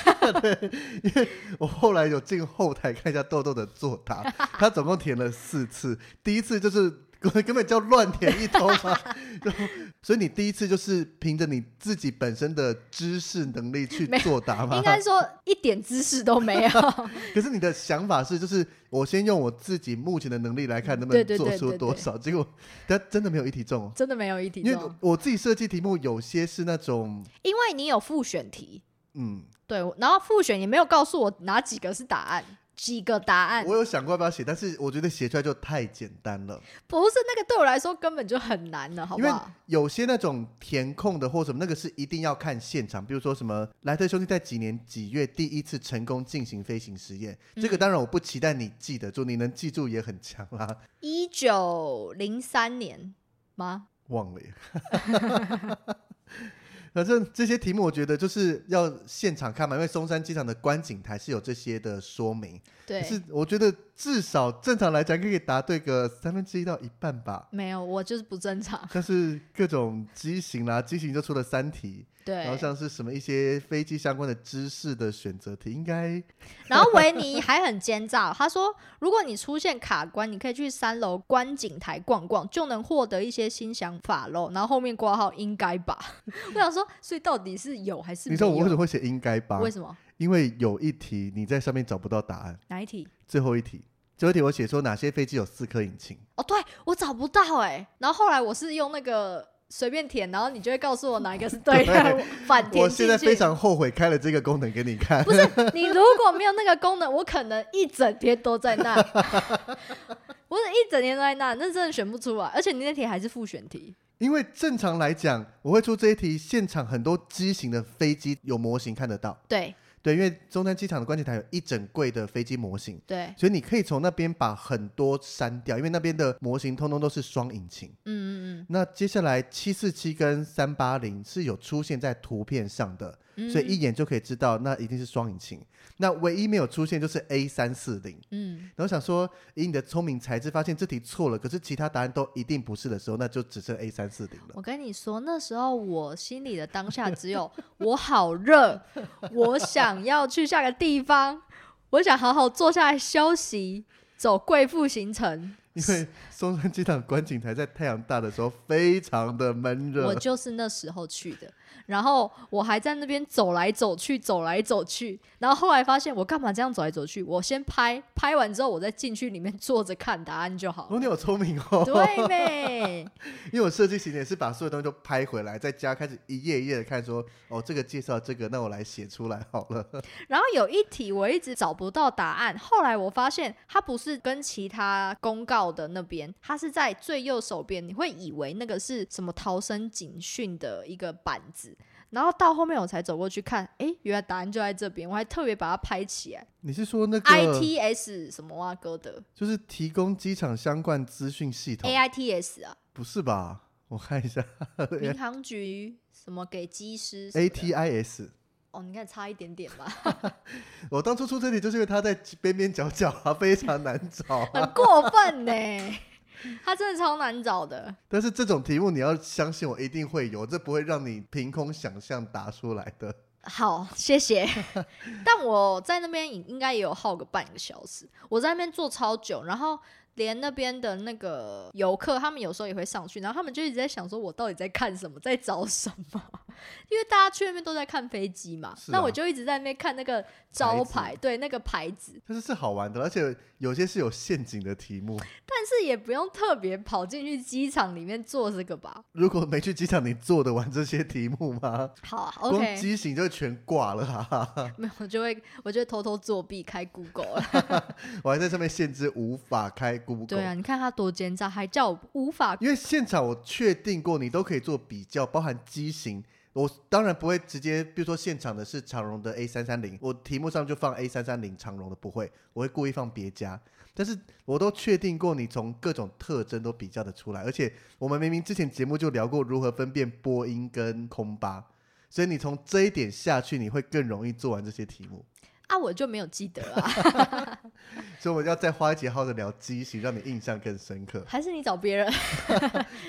[SPEAKER 1] 我后来有进后台看一下豆豆的作 答，他总共填了四次，第一次就是。根根本叫乱填一通嘛， 然后所以你第一次就是凭着你自己本身的知识能力去
[SPEAKER 2] 没有
[SPEAKER 1] 作答吗？
[SPEAKER 2] 应该说一点知识都没有，
[SPEAKER 1] 可是你的想法是，就是我先用我自己目前的能力来看能不
[SPEAKER 2] 对
[SPEAKER 1] 能
[SPEAKER 2] 对
[SPEAKER 1] 做
[SPEAKER 2] 对
[SPEAKER 1] 出
[SPEAKER 2] 对
[SPEAKER 1] 多
[SPEAKER 2] 对
[SPEAKER 1] 少，结果他真的没有一题中哦。
[SPEAKER 2] 真的没有一题
[SPEAKER 1] 因为
[SPEAKER 2] 中，
[SPEAKER 1] 我自己设计题目有些是那种，
[SPEAKER 2] 因为你有复选题，
[SPEAKER 1] 嗯，
[SPEAKER 2] 对，然后复选也没有告诉我哪几个是答案，几个答案，
[SPEAKER 1] 我有想过要不要写，但是我觉得写出来就太简单了，
[SPEAKER 2] 不是那个对我来说根本就很难了，好
[SPEAKER 1] 因
[SPEAKER 2] 不
[SPEAKER 1] 为
[SPEAKER 2] 好？
[SPEAKER 1] 有些那种填空的或什么那个是一定要看现场，比如说什么莱特兄弟在几年几月第一次成功进行飞行实验，
[SPEAKER 2] 嗯
[SPEAKER 1] 这个当然我不期待你记得住，你能记住也很强啊啦，
[SPEAKER 2] 一九零三年吗？
[SPEAKER 1] 忘了耶。 反正这些题目，我觉得就是要现场看嘛，因为松山机场的观景台是有这些的说明。可
[SPEAKER 2] 对，
[SPEAKER 1] 是我觉得至少正常来讲，可以答对个三分之一到一半吧。
[SPEAKER 2] 没有，我就是不正常。
[SPEAKER 1] 像是各种机型啦，机型就出了三题，
[SPEAKER 2] 对
[SPEAKER 1] 然后，像是什么一些飞机相关的知识的选择题，应该
[SPEAKER 2] 然后维尼还很奸诈，他说如果你出现卡关，你可以去三楼观景台逛逛，就能获得一些新想法喽。然后后面挂号应该吧？ 我想说，所以到底是有还是
[SPEAKER 1] 你
[SPEAKER 2] 没有？
[SPEAKER 1] 知道我为什么会写应该吧？
[SPEAKER 2] 为什么？
[SPEAKER 1] 因为有一题你在上面找不到答案，
[SPEAKER 2] 哪一题？
[SPEAKER 1] 最后一题，最后一题我写说哪些飞机有四颗引擎。
[SPEAKER 2] 哦，对我找不到哎、然后后来我是用那个随便填，然后你就会告诉我哪一个是对的，
[SPEAKER 1] 对
[SPEAKER 2] 我反填
[SPEAKER 1] 我
[SPEAKER 2] 进去。
[SPEAKER 1] 现在非常后悔开了这个功能给你 看
[SPEAKER 2] 不。是你如果没有那个功能，我可能一整天都在那， 我一整天都在那，那真的选不出来。而且你那题还是复选题，
[SPEAKER 1] 因为正常来讲，我会出这一题，现场很多机型的飞机有模型看得到。
[SPEAKER 2] 对
[SPEAKER 1] 对，因为中山机场的观景台有一整柜的飞机模型，
[SPEAKER 2] 对，
[SPEAKER 1] 所以你可以从那边把很多删掉，因为那边的模型通通都是双引擎。
[SPEAKER 2] 嗯嗯嗯，
[SPEAKER 1] 那接下来七四七跟三八零是有出现在图片上的，
[SPEAKER 2] 嗯
[SPEAKER 1] 所以一眼就可以知道那一定是双引擎。那唯一没有出现就是 A 三四零。
[SPEAKER 2] 嗯，
[SPEAKER 1] 然后想说，以你的聪明才智，发现这题错了，可是其他答案都一定不是的时候，那就只剩 A 三四零了。
[SPEAKER 2] 我跟你说，那时候我心里的当下只有我好 热，我想要去下个地方，我想好好坐下来休息，走贵妇行程。
[SPEAKER 1] 因为松山机场观景台在太阳大的时候非常的闷
[SPEAKER 2] 我
[SPEAKER 1] 热，
[SPEAKER 2] 就是那时候去的，然后我还在那边走来走去，走来走去，然后后来发现我干嘛这样走来走去？我先拍，拍完之后我再进去里面 坐着看答案就好
[SPEAKER 1] 哦，
[SPEAKER 2] 了。
[SPEAKER 1] 你好聪明哦！
[SPEAKER 2] 对呗，
[SPEAKER 1] 因为我设计型也是把所有东西都拍回来，在家开始一页一页的看说哦，这个介绍这个，那我来写出来好了。
[SPEAKER 2] 然后有一题我一直找不到答案，后来我发现它不是跟其他公告的那边，它是在最右手边，你会以为那个是什么逃生警讯的一个板子，然后到后面我才走过去看，诶，原来答案就在这边，我还特别把它拍起来。
[SPEAKER 1] 你是说那个
[SPEAKER 2] ITS 什么啊，哥的
[SPEAKER 1] 就是提供机场相关资讯系统？
[SPEAKER 2] AITS 啊，
[SPEAKER 1] 不是吧？我看一下
[SPEAKER 2] 民航局什么给机师什么的
[SPEAKER 1] ，ATIS。
[SPEAKER 2] 哦，你看差一点点吧，
[SPEAKER 1] 我当初出这题就是因为它在边边角角啊，非常难找 啊。
[SPEAKER 2] 很过分呢、他真的超难找的。
[SPEAKER 1] 但是这种题目你要相信我，一定会有，这不会让你凭空想象答出来的。
[SPEAKER 2] 好， 谢谢。但我在那边应应该也有耗个半个小时，我在那边坐超久，然后连那边的那个游客，他们有时候也会上去，然后他们就一直在想说，我到底在看什么，在找什么？ 因为大家去那边都在看飞机嘛，
[SPEAKER 1] 是啊
[SPEAKER 2] 那我就一直在那边看那个招
[SPEAKER 1] 牌
[SPEAKER 2] 牌，对，那个牌子，
[SPEAKER 1] 但是是好玩的，而且有些是有陷阱的题目。
[SPEAKER 2] 但是也不用特别跑进去机场里面做这个吧。
[SPEAKER 1] 如果没去机场，你做得完这些题目吗？
[SPEAKER 2] 好啊
[SPEAKER 1] 光
[SPEAKER 2] ，OK，
[SPEAKER 1] 机型就全挂了啊！
[SPEAKER 2] 没有，我就会我就会偷偷作弊开 Google 了。
[SPEAKER 1] 我还在上面限制无法开 Google。
[SPEAKER 2] 对啊，你看他多奸诈，还叫我无法
[SPEAKER 1] 因为现场我确定过，你都可以做比较，包含机型。我当然不会直接，比如说现场的是长荣的 A 三三零，我题目上就放 A 三三零长荣的，不会，我会故意放别家。但是我都确定过，你从各种特征都比较的出来，而且我们明明之前节目就聊过如何分辨波音跟空巴，所以你从这一点下去，你会更容易做完这些题目。
[SPEAKER 2] 啊，我就没有记得 啊，
[SPEAKER 1] 所以我要再花一节好的聊机型，让你印象更深刻。
[SPEAKER 2] 还是你找别人，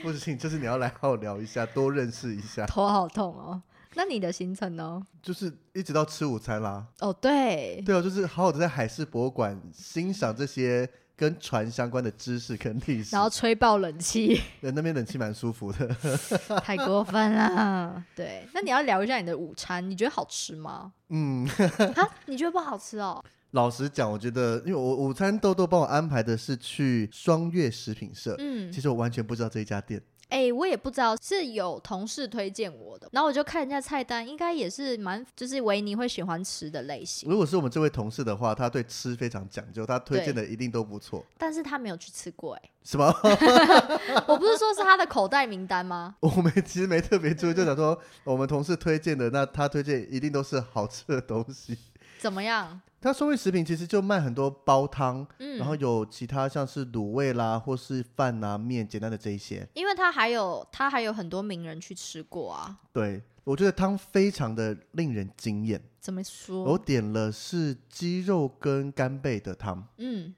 [SPEAKER 1] 不行，就是你要来好好聊一下，多认识一下。
[SPEAKER 2] 头好痛哦。那你的行程呢？
[SPEAKER 1] 就是一直到吃午餐啦。
[SPEAKER 2] 哦，对，
[SPEAKER 1] 对啊，就是好好的在海事博物馆欣赏这些跟船相关的知识跟历史。
[SPEAKER 2] 然后吹爆冷 气，
[SPEAKER 1] 呃那边冷气蛮舒服 的，
[SPEAKER 2] 太过分 了。对，那你要聊一下你的午餐，你觉得好吃 吗？
[SPEAKER 1] 嗯，
[SPEAKER 2] 啊，你觉得不好吃哦？
[SPEAKER 1] 老实讲，我觉得因为我午餐豆豆帮我安排的是去双月食品社，
[SPEAKER 2] 嗯
[SPEAKER 1] 其，实我完全不知道这一家店。
[SPEAKER 2] 哎、我也不知道，是有同事推荐我的，然后我就看人家菜单，应该也是蛮就是维尼会喜欢吃的类型，
[SPEAKER 1] 如果是我们这位同事的话，他对吃非常讲究，他推荐的一定都不错。
[SPEAKER 2] 但是他没有去吃过、 哎，
[SPEAKER 1] 什么？
[SPEAKER 2] 我不是说是他的口袋名单吗？
[SPEAKER 1] 我们其实没特别注意，就想说哦我们同事推荐的，那他推荐一定都是好吃的东西。
[SPEAKER 2] 怎么样？
[SPEAKER 1] 他双月食品其实就卖很多煲汤，
[SPEAKER 2] 嗯，
[SPEAKER 1] 然后有其他像是卤味啦，或是饭啊、面简单的这一些。
[SPEAKER 2] 因为他还有他还有很多名人去吃过啊，
[SPEAKER 1] 对，我觉得汤非常的令人惊艳。
[SPEAKER 2] 怎么说？
[SPEAKER 1] 我点了是鸡肉跟干贝的汤，
[SPEAKER 2] 嗯，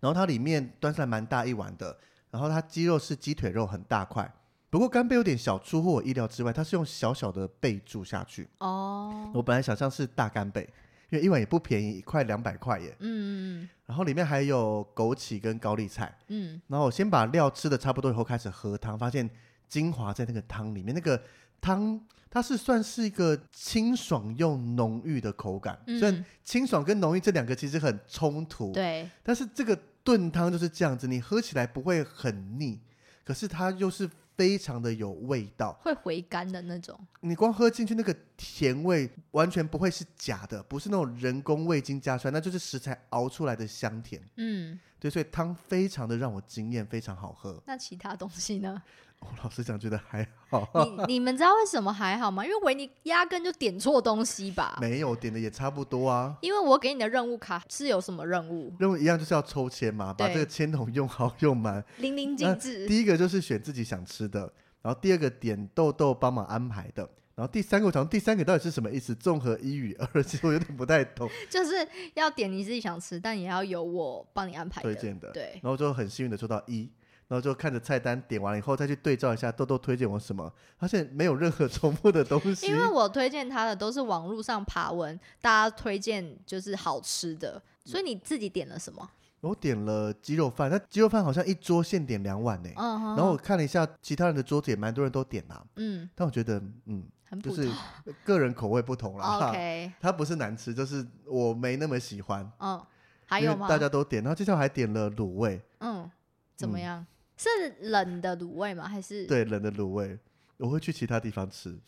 [SPEAKER 1] 然后它里面端上来蛮大一碗的，然后它鸡肉是鸡腿肉很大块，不过干贝有点小出乎我意料之外，它是用小小的贝注下去。
[SPEAKER 2] 哦，
[SPEAKER 1] 我本来想象是大干贝，因为一碗也不便宜，一块两百块耶。
[SPEAKER 2] 嗯
[SPEAKER 1] 然后里面还有枸杞跟高丽菜。
[SPEAKER 2] 嗯嗯，
[SPEAKER 1] 然后我先把料吃的差不多以后，开始喝汤，发现精华在那个汤里面。那个汤它是算是一个清爽又浓郁的口感，
[SPEAKER 2] 嗯
[SPEAKER 1] 虽然清爽跟浓郁这两个其实很冲突，
[SPEAKER 2] 对，
[SPEAKER 1] 但是这个炖汤就是这样子，你喝起来不会很腻，可是它又是非常的有味道。
[SPEAKER 2] 会回甘的那种。
[SPEAKER 1] 你光喝进去那个甜味完全不会是假的，不是那种人工味精加出来，那就是食材熬出来的香甜。
[SPEAKER 2] 嗯，
[SPEAKER 1] 对，所以汤非常的让我惊艳，非常好喝。
[SPEAKER 2] 那其他东西 呢？
[SPEAKER 1] 我老实讲，觉得还好，
[SPEAKER 2] 你你们知道为什么还好吗？因为维尼压根就点错东西吧。
[SPEAKER 1] 没有点的也差不多啊。
[SPEAKER 2] 因为我给你的任务卡是有什么任务，
[SPEAKER 1] 任务一样就是要抽签嘛，把
[SPEAKER 2] 对
[SPEAKER 1] 这个签筒用好用满。
[SPEAKER 2] 淋漓
[SPEAKER 1] 那
[SPEAKER 2] 尽致。
[SPEAKER 1] 第一个就是选自己想吃的，然后第二个点豆豆帮忙安排的，然后第三个，我想第三个到底是什么意思？综合一与二，其实我有点不太 懂。
[SPEAKER 2] 就是要点你自己想吃，但也要有我帮你安排的
[SPEAKER 1] 推荐的
[SPEAKER 2] 哎对
[SPEAKER 1] 然，后就很幸运的抽到一，然后就看着菜单点完了以后，再去对照一下豆豆推荐我什么，发现没有任何重复的东西。
[SPEAKER 2] 因为我推荐他的都是网络上爬文，大家推荐就是好吃的，所以你自己点了什么？
[SPEAKER 1] 我点了鸡肉饭，那鸡肉饭好像一桌限点两碗呢、
[SPEAKER 2] 嗯哼，
[SPEAKER 1] 然后我看了一下其他人的桌子，也蛮多人都点啦、
[SPEAKER 2] 嗯，
[SPEAKER 1] 但我觉得，嗯，
[SPEAKER 2] 很普
[SPEAKER 1] 就
[SPEAKER 2] 通。
[SPEAKER 1] 是 个人口味不同啦。
[SPEAKER 2] 哦 OK，
[SPEAKER 1] 它不是难吃，就是我没那么喜欢。
[SPEAKER 2] 嗯，还
[SPEAKER 1] 因
[SPEAKER 2] 有
[SPEAKER 1] 为
[SPEAKER 2] 吗？
[SPEAKER 1] 大家都点，然后接下来还点了卤味，
[SPEAKER 2] 嗯，怎
[SPEAKER 1] 嗯
[SPEAKER 2] 么样？是冷的卤味吗？还是？
[SPEAKER 1] 对，冷的卤味，我会去其他地方吃，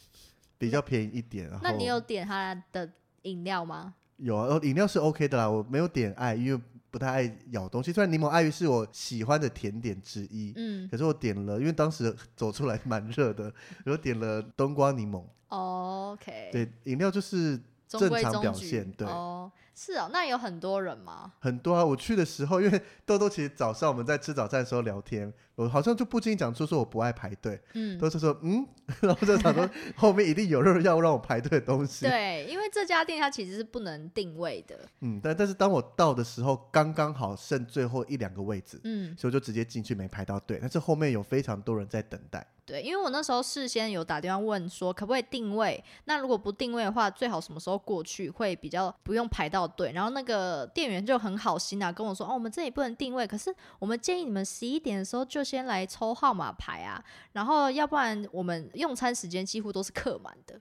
[SPEAKER 1] 比较便宜一点。然
[SPEAKER 2] 那
[SPEAKER 1] 后
[SPEAKER 2] 你有点他的饮料吗？
[SPEAKER 1] 有啊，呃饮料是 OK 的啦，我没有点爱，因为不太爱咬东西。虽然柠檬爱玉是我喜欢的甜点之一，
[SPEAKER 2] 嗯，
[SPEAKER 1] 可是我点了，因为当时走出来 蛮热的，我点了冬瓜柠檬。
[SPEAKER 2] 哦 OK，，
[SPEAKER 1] 对，饮料就是
[SPEAKER 2] 中
[SPEAKER 1] 正
[SPEAKER 2] 规
[SPEAKER 1] 常
[SPEAKER 2] 中
[SPEAKER 1] 表
[SPEAKER 2] 矩
[SPEAKER 1] 现对
[SPEAKER 2] 哦，是哦，那有很多人吗？
[SPEAKER 1] 很多啊。我去的时候，因为豆豆其实早上我们在吃早餐的时候聊天，我好像就不经意讲出说我不爱排队，
[SPEAKER 2] 嗯，
[SPEAKER 1] 豆豆说嗯， 然后就想说后面一定有人要让我排队的东西。
[SPEAKER 2] 对，因为这家店它其实是不能定位的。
[SPEAKER 1] 嗯，但但是当我到的时候，刚刚好剩最后一两个位置。
[SPEAKER 2] 嗯，
[SPEAKER 1] 所以我就直接进去没排到队，但是后面有非常多人在等待。
[SPEAKER 2] 对，因为我那时候事先有打电话问说可不可以定位，那如果不定位的话，最好什么时候过去会比较不用排到队。然后那个店员就很好心啊，跟我说哦，我们这里不能定位，可是我们建议你们十一点的时候就先来抽号码牌啊，然后要不然我们用餐时间几乎都是客满的。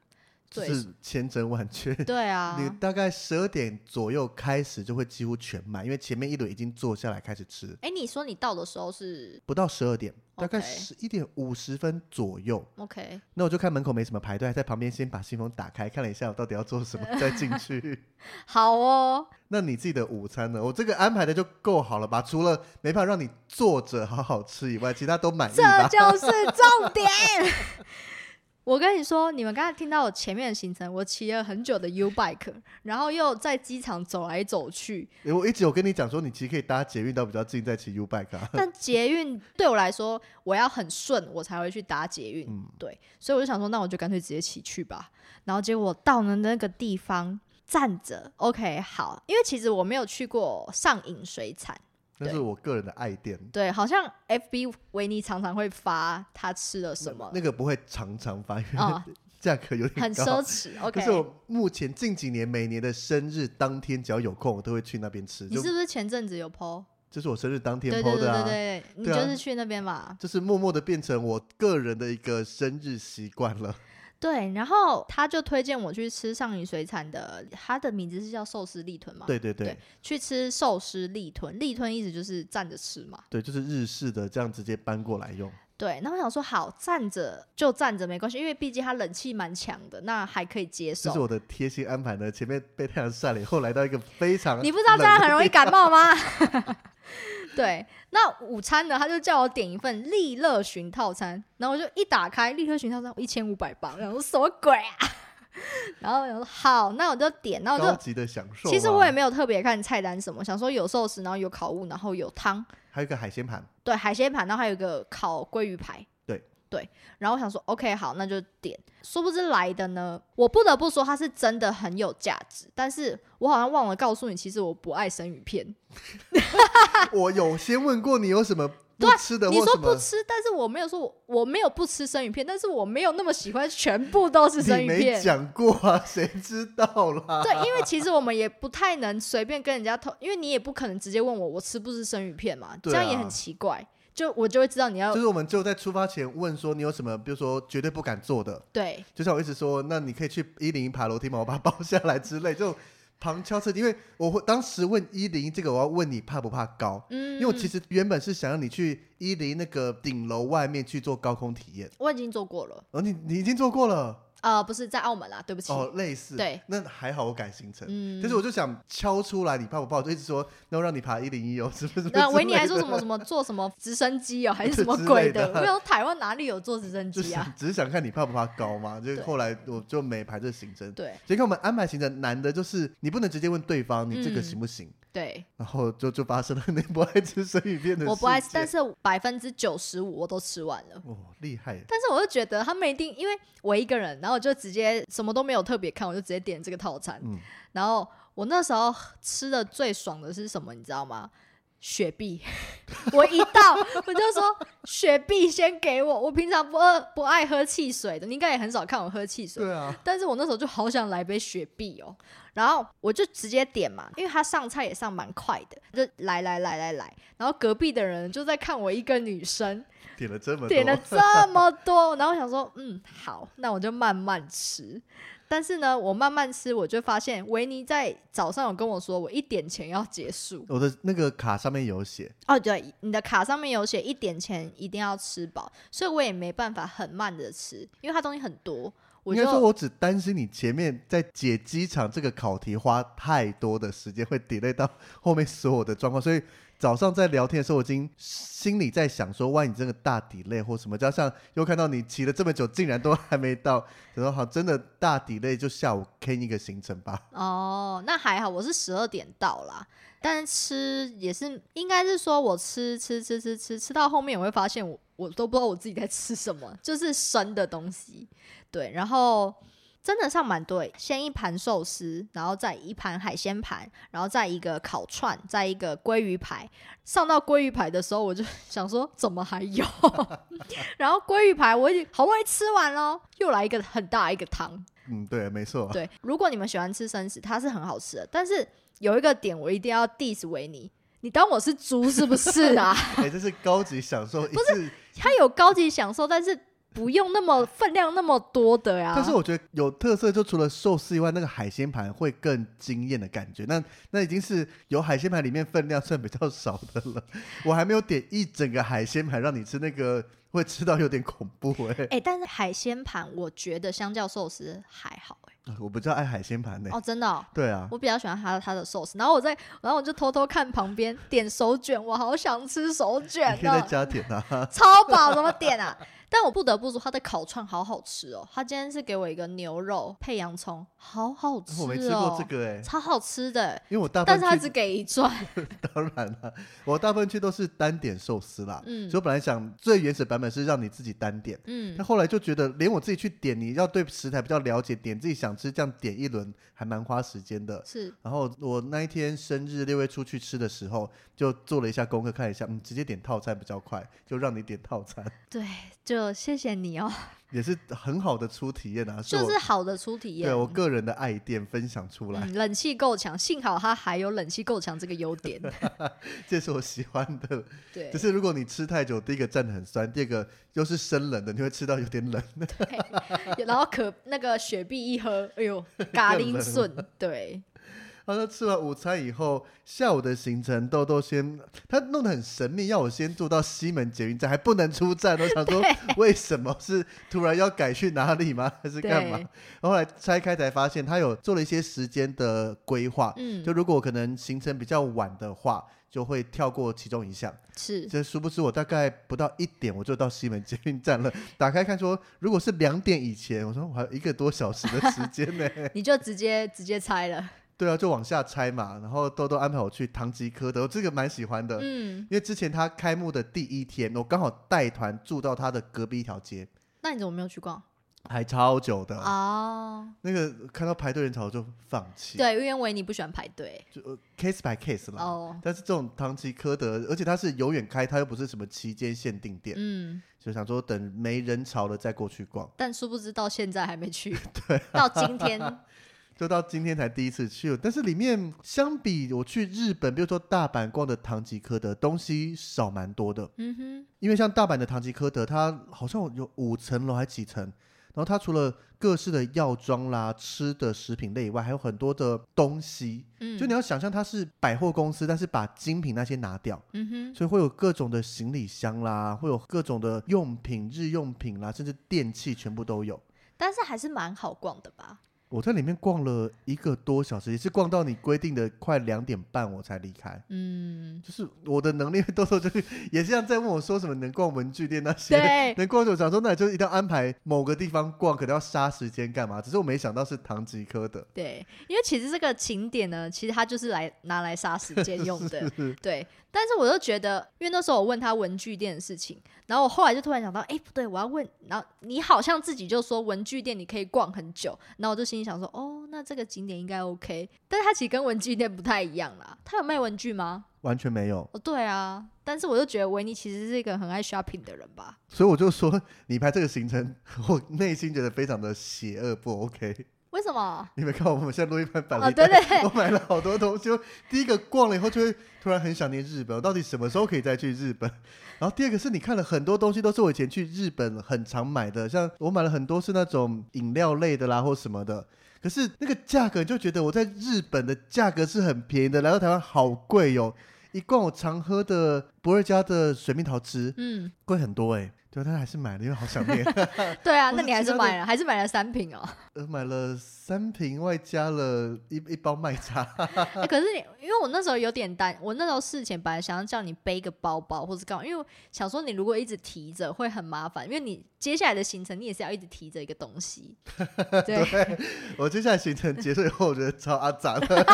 [SPEAKER 1] 就
[SPEAKER 2] 对
[SPEAKER 1] 是千真万确。
[SPEAKER 2] 对啊，
[SPEAKER 1] 你大概十二点左右开始就会几乎全满，因为前面一轮已经坐下来开始吃，
[SPEAKER 2] 哎，你说你到的时候是
[SPEAKER 1] 不到十二点，大概
[SPEAKER 2] OK
[SPEAKER 1] 十一点五十分左右。
[SPEAKER 2] OK，
[SPEAKER 1] 那我就看门口没什么排队，还在旁边先把信封打开看了一下我到底要做什么，再进 去。
[SPEAKER 2] 好哦，
[SPEAKER 1] 那你自己的午餐呢？我这个安排的就够好了吧？除了没办法让你坐着好好吃以外，其他都满意
[SPEAKER 2] 这
[SPEAKER 1] 吧？
[SPEAKER 2] 就是重点。 我跟你说，你们刚才听到我前面的行程，我骑了很久的 U bike，然后又在机场走来走去。
[SPEAKER 1] 诶我一直有跟你讲说，你其实可以搭捷运到比较近再骑 U bike 啊。
[SPEAKER 2] 但捷运对我来说，我要很顺，我才会去搭捷运。
[SPEAKER 1] 嗯
[SPEAKER 2] 对，所以我就想说，那我就干脆直接骑去吧。然后结果到了那个地方站着，OK，好，因为其实我没有去过上影水产。
[SPEAKER 1] 那是我个人的爱店。
[SPEAKER 2] 对，好像 FB 维尼常常会发他吃了什 么
[SPEAKER 1] 那个不会常常发，因
[SPEAKER 2] 啊
[SPEAKER 1] 为价格有点
[SPEAKER 2] 很
[SPEAKER 1] 高。
[SPEAKER 2] 奢侈。
[SPEAKER 1] 可
[SPEAKER 2] OK，
[SPEAKER 1] 是我目前近几年每年的生日当天，只要有空，我都会去那边吃。
[SPEAKER 2] 你
[SPEAKER 1] 就是
[SPEAKER 2] 不是前阵子有 PO？
[SPEAKER 1] 这是我生日当天
[SPEAKER 2] 对对
[SPEAKER 1] PO
[SPEAKER 2] 对
[SPEAKER 1] 的
[SPEAKER 2] 对
[SPEAKER 1] 啊，
[SPEAKER 2] 对，你
[SPEAKER 1] 对
[SPEAKER 2] 就
[SPEAKER 1] 啊
[SPEAKER 2] 是去那边嘛。
[SPEAKER 1] 就是默默的变成我个人的一个生日习惯了。
[SPEAKER 2] 对，然后他就推荐我去吃上影水产的，它的名字是叫寿司立豚嘛？，
[SPEAKER 1] 对对对
[SPEAKER 2] 对去吃寿司立豚，立豚意思就是站着吃嘛。
[SPEAKER 1] 对，就是日式的这样直接搬过来用。
[SPEAKER 2] 对，那我想说，好，站着就站着没关系，因为毕竟它冷气蛮强的，那还可以接
[SPEAKER 1] 这是
[SPEAKER 2] 受。
[SPEAKER 1] 我的贴心安排呢。前面被太阳晒了以后，来到一个非常
[SPEAKER 2] 你不知道这样
[SPEAKER 1] 冷
[SPEAKER 2] 很容易感冒吗？ 对，那午餐呢，他就叫我点一份利乐寻套餐，然后我就一打开利乐寻套餐一千五百八，然后什么鬼啊？ 然后我想说好，那我就点，那我
[SPEAKER 1] 高
[SPEAKER 2] 就
[SPEAKER 1] 级的享受啊。
[SPEAKER 2] 其实我也没有特别看菜单什么，想说有寿司，然后有烤物，然后有汤，
[SPEAKER 1] 还有一个海鲜盘，
[SPEAKER 2] 对，海鲜盘，然后还有一个烤鲑鱼排。
[SPEAKER 1] 对
[SPEAKER 2] 对，然后我想说，OK，好，那就点。殊不知来的呢，我不得不说它是真的很有价值，但是我好像忘了告诉你，其实我不爱生鱼片。
[SPEAKER 1] 我有先问过你有什么不吃的
[SPEAKER 2] 啊你
[SPEAKER 1] 或
[SPEAKER 2] 说
[SPEAKER 1] 什
[SPEAKER 2] 不
[SPEAKER 1] 么。
[SPEAKER 2] 吃，但是我没有说我我没有不吃生鱼片，但是我没有那么喜欢全部都是生
[SPEAKER 1] 你
[SPEAKER 2] 鱼
[SPEAKER 1] 没
[SPEAKER 2] 片。
[SPEAKER 1] 讲过啊，谁知道啦？
[SPEAKER 2] 对，因为其实我们也不太能随便跟人家偷，因为你也不可能直接问我我吃不吃生鱼片嘛，这
[SPEAKER 1] 对
[SPEAKER 2] 样也
[SPEAKER 1] 啊
[SPEAKER 2] 很奇怪。就我就会知道你要
[SPEAKER 1] 就是我们就在出发前问说你有什么，比如说绝对不敢做的，
[SPEAKER 2] 对
[SPEAKER 1] 就像我一直说，那你可以去一零一爬楼梯嘛，我把它包下来之类，这种旁敲侧击。因为我会当时问一零一这个，我要问你怕不怕高，
[SPEAKER 2] 嗯，
[SPEAKER 1] 因为我其实原本是想让你去一零那个顶楼外面去做高空体验，
[SPEAKER 2] 我已经做过了，
[SPEAKER 1] 而、哦、你你已经做过了
[SPEAKER 2] 呃，不是在澳门啦，对不起，
[SPEAKER 1] 哦，类似
[SPEAKER 2] 对，
[SPEAKER 1] 那还好我改行程。
[SPEAKER 2] 嗯，
[SPEAKER 1] 但是我 就想敲出来，你怕不怕？我就一直说，那我让你爬一零一哦，是不是？
[SPEAKER 2] 那维尼还
[SPEAKER 1] 之
[SPEAKER 2] 说
[SPEAKER 1] 类
[SPEAKER 2] 什
[SPEAKER 1] 的
[SPEAKER 2] 么什么坐什么直升 机哦，还是
[SPEAKER 1] 对
[SPEAKER 2] 什么
[SPEAKER 1] 之类
[SPEAKER 2] 鬼
[SPEAKER 1] 的
[SPEAKER 2] 的？我想台湾哪里有坐直 升
[SPEAKER 1] 就
[SPEAKER 2] 机啊？
[SPEAKER 1] 想只是想看你怕不怕高嘛。就
[SPEAKER 2] 对
[SPEAKER 1] 后来我就没排这行程，
[SPEAKER 2] 对，
[SPEAKER 1] 结果我们安排行程难的就是你不能直接问对方你这个
[SPEAKER 2] 嗯
[SPEAKER 1] 行不行，
[SPEAKER 2] 对，
[SPEAKER 1] 然后就就发生了 那不爱吃生鱼片的事件。
[SPEAKER 2] 我不爱吃，但是百分之九十五我都吃完了。
[SPEAKER 1] 哦，厉害，
[SPEAKER 2] 但是我就觉得他们一定，因为我一个人，然后我就直接什么都没有特别看，我就直接点这个套餐。
[SPEAKER 1] 嗯，
[SPEAKER 2] 然后我那时候吃的最爽的是什么，你知道吗？雪碧， 我一到我就说雪碧先给我。我平常不喝不爱喝汽水的，你应该也很少看我喝汽水。
[SPEAKER 1] 对啊，
[SPEAKER 2] 但是我那时候就好想来杯雪碧哦，然后我就直接点嘛，因为他上菜也上蛮快的，就来来来来来，然后隔壁的人就在看我一个女生
[SPEAKER 1] 点了这么多，
[SPEAKER 2] 点了这么多，然后我想说，嗯，好，那我就慢慢吃。但是呢，我慢慢吃，我就发现维尼在早上有跟我说，我一点前要结束。
[SPEAKER 1] 我的那个卡上面有写，
[SPEAKER 2] 哦，对，你的卡上面有写一点前一定要吃饱，所以我也没办法很慢的吃，因为它东西很多。我
[SPEAKER 1] 应
[SPEAKER 2] 就
[SPEAKER 1] 该说我只担心你前面在解机场这个考题花太多的时间，会 delay 到 后面所有的状况，所以。早上在聊天的时候，我已经心里在想说，万一你真的大 delay 或什么，加上又看到你骑了这么久，竟然都还没到，然后好，真的大 delay 就下午 K 一个行程吧。
[SPEAKER 2] 哦，那还好，我是十二点到啦。但是吃也是，应该是说我吃吃吃吃吃吃到后面，我会发现我我都不知道我自己在吃什么，就是生的东西。对，然后真的上蛮多耶，先一盘寿司，然后再一盘海鲜盘，然后再一个烤串，再一个鲑鱼排。上到鲑鱼排的时候，我就 想说怎么还有？ 然后鲑鱼排我已经好不容易吃完了，又来一个很大一个汤。
[SPEAKER 1] 嗯，对，没 错。
[SPEAKER 2] 对，如果你们喜欢吃生食，它是很好吃的。但是有一个点，我一定要 diss 维尼，你当我是猪是不是 啊？
[SPEAKER 1] 哎、这是高级享受，不是？
[SPEAKER 2] 它有高级享受，但是不用那么分量那么多的啊呀、
[SPEAKER 1] 但是我觉得有特色，就除了寿司以外，那个海鲜盘会更惊艳的感觉。那那已经是有海鲜盘里面分量算比较少的了。 我还没有点一整个海鲜盘让你吃，那个会吃到有点恐怖哎、
[SPEAKER 2] 哎、但是海鲜盘我觉得相较寿司还好哎、
[SPEAKER 1] 我不知道爱海鲜盘呢。欸
[SPEAKER 2] 哦，真的、哦。
[SPEAKER 1] 对啊，
[SPEAKER 2] 我比较喜欢它它的寿司，然后我在，然后我就偷偷看旁边点手卷，我好想吃手卷
[SPEAKER 1] 你可以
[SPEAKER 2] 哦
[SPEAKER 1] 再，加点 啊。
[SPEAKER 2] 超饱怎么点啊？ 但我不得不说，它的烤串好好吃哦。它今天是给我一个牛肉配洋葱，好好吃哦，
[SPEAKER 1] 我没吃过这个哎、
[SPEAKER 2] 超好吃的。
[SPEAKER 1] 因为我大部
[SPEAKER 2] 但是它
[SPEAKER 1] 分
[SPEAKER 2] 只
[SPEAKER 1] 去
[SPEAKER 2] 给一 串，
[SPEAKER 1] 当然了，我大部分去都是单点寿司啦。
[SPEAKER 2] 嗯
[SPEAKER 1] 所以我本来想最原始版本是让你自己单点。
[SPEAKER 2] 嗯
[SPEAKER 1] 那，后来就觉得，连我自己去点，你要对食材比较了解，点自己想吃，这样点一轮还蛮花时间的。
[SPEAKER 2] 是
[SPEAKER 1] 然后我那一天生日六月出去吃的时候，就做了一下功课，看一下，嗯，直接点套餐比较快，就让你点套餐，
[SPEAKER 2] 对，就谢谢你哦，
[SPEAKER 1] 也是很好的初体验啊。我
[SPEAKER 2] 就是好的初体验
[SPEAKER 1] 对。我个人的爱店分享出来，
[SPEAKER 2] 嗯，冷气够强，幸好它还有冷气够强这个优 点。
[SPEAKER 1] 这是我喜欢的。
[SPEAKER 2] 对
[SPEAKER 1] 只，是如果你吃太久，第一个站得很酸，第二个又是生冷的，你会吃到有点冷。
[SPEAKER 2] 然后可那个雪碧一喝，哎呦，嘎
[SPEAKER 1] 更
[SPEAKER 2] 铃
[SPEAKER 1] 冷
[SPEAKER 2] 笋，对，
[SPEAKER 1] 他说吃完午餐以后，下午的行程豆豆先，他弄得很神秘，要我先坐到西门捷运站，还不能出站。我想说，为什么是突然要改去哪里 吗？还是干嘛
[SPEAKER 2] 对？
[SPEAKER 1] 后来拆开才发现，他有做了一些时间的规划。
[SPEAKER 2] 嗯
[SPEAKER 1] 就，如果可能行程比较晚的话，就会跳过其中一项。
[SPEAKER 2] 是
[SPEAKER 1] 这殊不知我大概不到一点我就到西门捷运站了。打开看说，如果是两点以前，我说我还有一个多小时的时间呢、
[SPEAKER 2] 你就直接直接猜 了。
[SPEAKER 1] 对啊，就往下拆嘛。然后豆豆安排我去唐吉诃德，我这个蛮喜欢的，
[SPEAKER 2] 嗯，
[SPEAKER 1] 因为之前他开幕的第一天，我刚好带团住到他的隔壁一条街，
[SPEAKER 2] 那你怎么没有去逛？
[SPEAKER 1] 排超久的。
[SPEAKER 2] 哦，
[SPEAKER 1] 那个看到排队人潮我就放弃，
[SPEAKER 2] 对，因为维尼不喜欢排队。
[SPEAKER 1] 就呃 case by case 啦。
[SPEAKER 2] 哦，
[SPEAKER 1] 但是这种唐吉诃德，而且它是永远开，它又不是什么期间限定店，
[SPEAKER 2] 嗯，
[SPEAKER 1] 就想说等没人潮了再过去逛。
[SPEAKER 2] 但殊不知到现在还 没去，到今天，
[SPEAKER 1] 就到今天才第一次去，但是里面相比我去日本，比如说大阪逛的唐吉诃德，东西少蛮多的。
[SPEAKER 2] 嗯
[SPEAKER 1] 因为像大阪的唐吉诃德，它好像有五层楼还几层，然后它除了各式的药妆啦、吃的食品类以外，还有很多的东西。
[SPEAKER 2] 哼，嗯，
[SPEAKER 1] 就你要想象它是百货公司，但是把精品那些拿掉，
[SPEAKER 2] 嗯哼，
[SPEAKER 1] 所以会有各种的行李箱啦，会有各种的用品、日用品啦，甚至电器全部都有。
[SPEAKER 2] 但是还是蛮好逛的吧？
[SPEAKER 1] 我在里面逛了一个多小时，也是逛到你规定的快两点半我才离开。
[SPEAKER 2] 嗯，
[SPEAKER 1] 就是我的能力豆豆就是也是像在问我说什么能逛文具店那些，
[SPEAKER 2] 对，
[SPEAKER 1] 能逛就想说那就一定要安排某个地方逛，可能要杀时间干嘛？只是我没想到是唐吉诃德，，
[SPEAKER 2] 对，因为其实这个景点呢，其实它就是来拿来杀时间用的
[SPEAKER 1] 是
[SPEAKER 2] 对。但是我就觉得，因为那时候我问他文具店的事情，然后我后来就突然想到，哎、不对，我要问，然后你好像自己就说文具店你可以逛很久，然后我就心里想说，哦，那这个景点应该 OK，但是它其实跟文具店不太一样啦。它有卖文具吗？
[SPEAKER 1] 完全没有。
[SPEAKER 2] 哦，对啊，但是我就觉得维尼其实是一个很爱 shopping 的人吧。
[SPEAKER 1] 所以我就说你排这个行程， 我内心觉得非常的邪恶，不 OK。
[SPEAKER 2] 为什么？
[SPEAKER 1] 你们看我们现在录音盘摆了
[SPEAKER 2] 哦
[SPEAKER 1] 一堆，
[SPEAKER 2] 对对
[SPEAKER 1] 我买了好多东西。我第一个逛了以后，就会突然很想念日本。我到底什么时候可以再去日本？ 然后第二个是你看了很多东西，都是我以前去日本很常买的，像我买了很多是那种饮料类的啦，或什么的。可是那个价格，你就觉得我在日本的价格是很便宜的，来到台湾好贵哟、一罐我常喝的不二家的水蜜桃汁
[SPEAKER 2] 嗯，
[SPEAKER 1] 贵很多哎、对，但是还是买了，因为好想念。
[SPEAKER 2] 对啊，
[SPEAKER 1] 或
[SPEAKER 2] 那
[SPEAKER 1] 是
[SPEAKER 2] 你还
[SPEAKER 1] 其
[SPEAKER 2] 是
[SPEAKER 1] 他的
[SPEAKER 2] 买了，还是买了三瓶哦。
[SPEAKER 1] 呃，买了三瓶，外加了一一包麦茶。
[SPEAKER 2] 哎、可是你，因为我那时候有点担，我那时候事前本来想要叫你背个包包或是干嘛，因为我想说你如果一直提着会很麻烦，因为你接下来的行程你也是要一直提着一个东西。 对
[SPEAKER 1] 我接下来行程结束以后，我觉得超阿杂 的。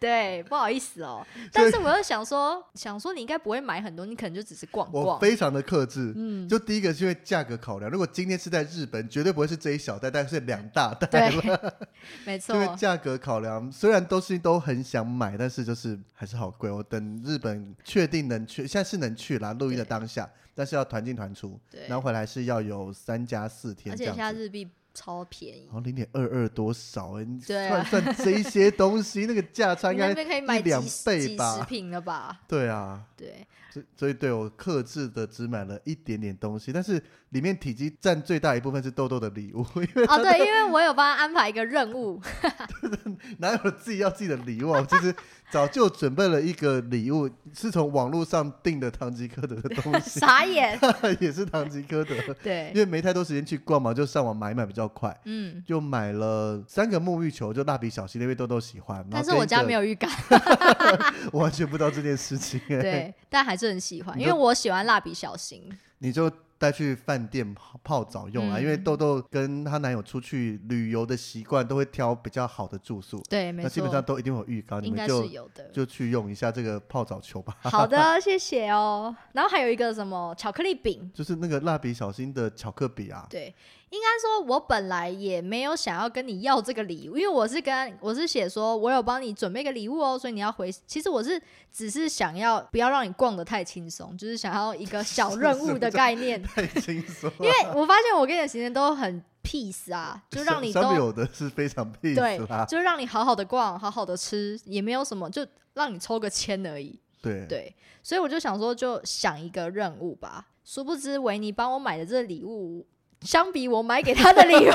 [SPEAKER 2] 对，不好意思哦，
[SPEAKER 1] 所以
[SPEAKER 2] 但是我又想说，想说你应该不会买很多，你可能就只是逛
[SPEAKER 1] 我
[SPEAKER 2] 逛。
[SPEAKER 1] 非常的克制。
[SPEAKER 2] 嗯，
[SPEAKER 1] 就第一个是因为价格考量，如果今天是在日本，绝对不会是这一小袋，但是两大袋。
[SPEAKER 2] 对，
[SPEAKER 1] 因
[SPEAKER 2] 没
[SPEAKER 1] 为
[SPEAKER 2] 错。
[SPEAKER 1] 价格考量，虽然都是都很想买，但是就是还是好贵。我等日本确定能去，现在是能去啦，录音的
[SPEAKER 2] 对
[SPEAKER 1] 当下，但是要团进团出，
[SPEAKER 2] 对，
[SPEAKER 1] 然后回来是要有三加四天
[SPEAKER 2] 而
[SPEAKER 1] 这
[SPEAKER 2] 且
[SPEAKER 1] 样
[SPEAKER 2] 现在
[SPEAKER 1] 子。哦
[SPEAKER 2] 日币超便宜
[SPEAKER 1] 然，后零点二二多少、欸？你
[SPEAKER 2] 对
[SPEAKER 1] 算
[SPEAKER 2] 啊
[SPEAKER 1] 算这一些东西，那个价差
[SPEAKER 2] 你
[SPEAKER 1] 应
[SPEAKER 2] 那
[SPEAKER 1] 该
[SPEAKER 2] 边可以买
[SPEAKER 1] 一两
[SPEAKER 2] 几十
[SPEAKER 1] 倍
[SPEAKER 2] 几
[SPEAKER 1] 吧
[SPEAKER 2] 十瓶了吧？
[SPEAKER 1] 对啊。
[SPEAKER 2] 对，哦
[SPEAKER 1] 所以所以对我克制的只买了一点点东西，但是里面体积占最大一部分是豆豆的礼物， 因为
[SPEAKER 2] 哦对，因为我有帮他安排一个 任务，
[SPEAKER 1] 哪有自己要自己的礼物啊？我其实早就准备了一个礼物，是从网络上订的唐吉诃德的东西，
[SPEAKER 2] 傻眼。
[SPEAKER 1] 也是唐吉诃德，因
[SPEAKER 2] 对，
[SPEAKER 1] 为没太多时间去逛嘛，就上网买一买比较快。
[SPEAKER 2] 嗯，
[SPEAKER 1] 就买了三个沐浴球，就蜡笔小新，因为豆豆喜欢。
[SPEAKER 2] 但是我家没
[SPEAKER 1] 有，
[SPEAKER 2] 有 浴缸。
[SPEAKER 1] 我完全不知道这件事情、欸。，
[SPEAKER 2] 对，但还是很喜欢，
[SPEAKER 1] 你
[SPEAKER 2] 因
[SPEAKER 1] 就
[SPEAKER 2] 为我喜欢蜡笔小新。
[SPEAKER 1] 你就带去饭店泡泡澡用啊，
[SPEAKER 2] 嗯
[SPEAKER 1] 因为豆豆跟她男友出去旅游的习惯都会挑比较好的住宿，
[SPEAKER 2] 对，没
[SPEAKER 1] 那基本上
[SPEAKER 2] 错，
[SPEAKER 1] 都一定会有浴缸，你
[SPEAKER 2] 应
[SPEAKER 1] 们
[SPEAKER 2] 该
[SPEAKER 1] 就是
[SPEAKER 2] 有的。
[SPEAKER 1] 就去用一下这个泡澡球吧。
[SPEAKER 2] 好的，谢谢哦。然后还有一个什么巧克力饼，
[SPEAKER 1] 就是那个蜡笔小新的巧克力啊，
[SPEAKER 2] 对，应该说我本来也没有想要跟你要这个礼物，因为我是跟我是写说我有帮你准备个礼物哦，所以你要回。其实我是只是想要不要让你逛得太轻松，就是想要一个小任务的概 念。
[SPEAKER 1] 太轻松了。
[SPEAKER 2] 因为我发现我跟你的行程都很 peace 啊，就让你
[SPEAKER 1] 相相
[SPEAKER 2] 都
[SPEAKER 1] 比我的是非常 p e
[SPEAKER 2] 对
[SPEAKER 1] 啦，，
[SPEAKER 2] 就是让你好好的逛，好好的吃，也没有什么，就让你抽个签而已。
[SPEAKER 1] 对
[SPEAKER 2] 对，所以我就想说，就想一个任务吧。殊不知维尼帮我买的这礼物，相比我买给他的礼 物，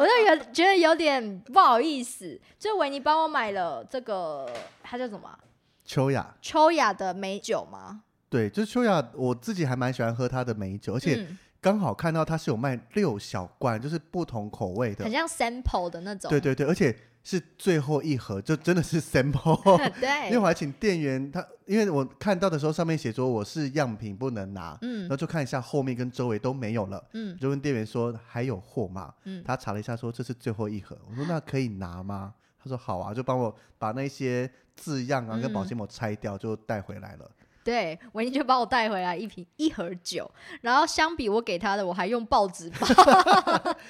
[SPEAKER 2] 我就有觉得有点不好意思。就维尼帮我买了这个，它叫什么啊？
[SPEAKER 1] 秋雅，
[SPEAKER 2] 秋雅的美酒吗？
[SPEAKER 1] 对，就是秋雅，我自己还蛮喜欢喝她的美酒，而且
[SPEAKER 2] 嗯、
[SPEAKER 1] 刚好看到她是有卖六小罐，就是不同口味的
[SPEAKER 2] 很，像 sample 的那种。
[SPEAKER 1] 对对对，而且是最后一盒，就真的是 sample。因为我
[SPEAKER 2] 对，
[SPEAKER 1] 还请店员他，因为我看到的时候上面写说我是样品不能拿，然
[SPEAKER 2] 嗯
[SPEAKER 1] 后就看一下后面跟周围都没有了，
[SPEAKER 2] 嗯
[SPEAKER 1] 就问店员说还有货吗？
[SPEAKER 2] 嗯，
[SPEAKER 1] 他查了一下说这是最后一盒，我说那可以拿吗？他说好啊，就帮我把那些字样啊跟保
[SPEAKER 2] 嗯
[SPEAKER 1] 鲜膜拆掉，就带回来了。
[SPEAKER 2] 对，维尼就把我带回来一瓶一盒酒，然后相比我给他的，我还用报纸包，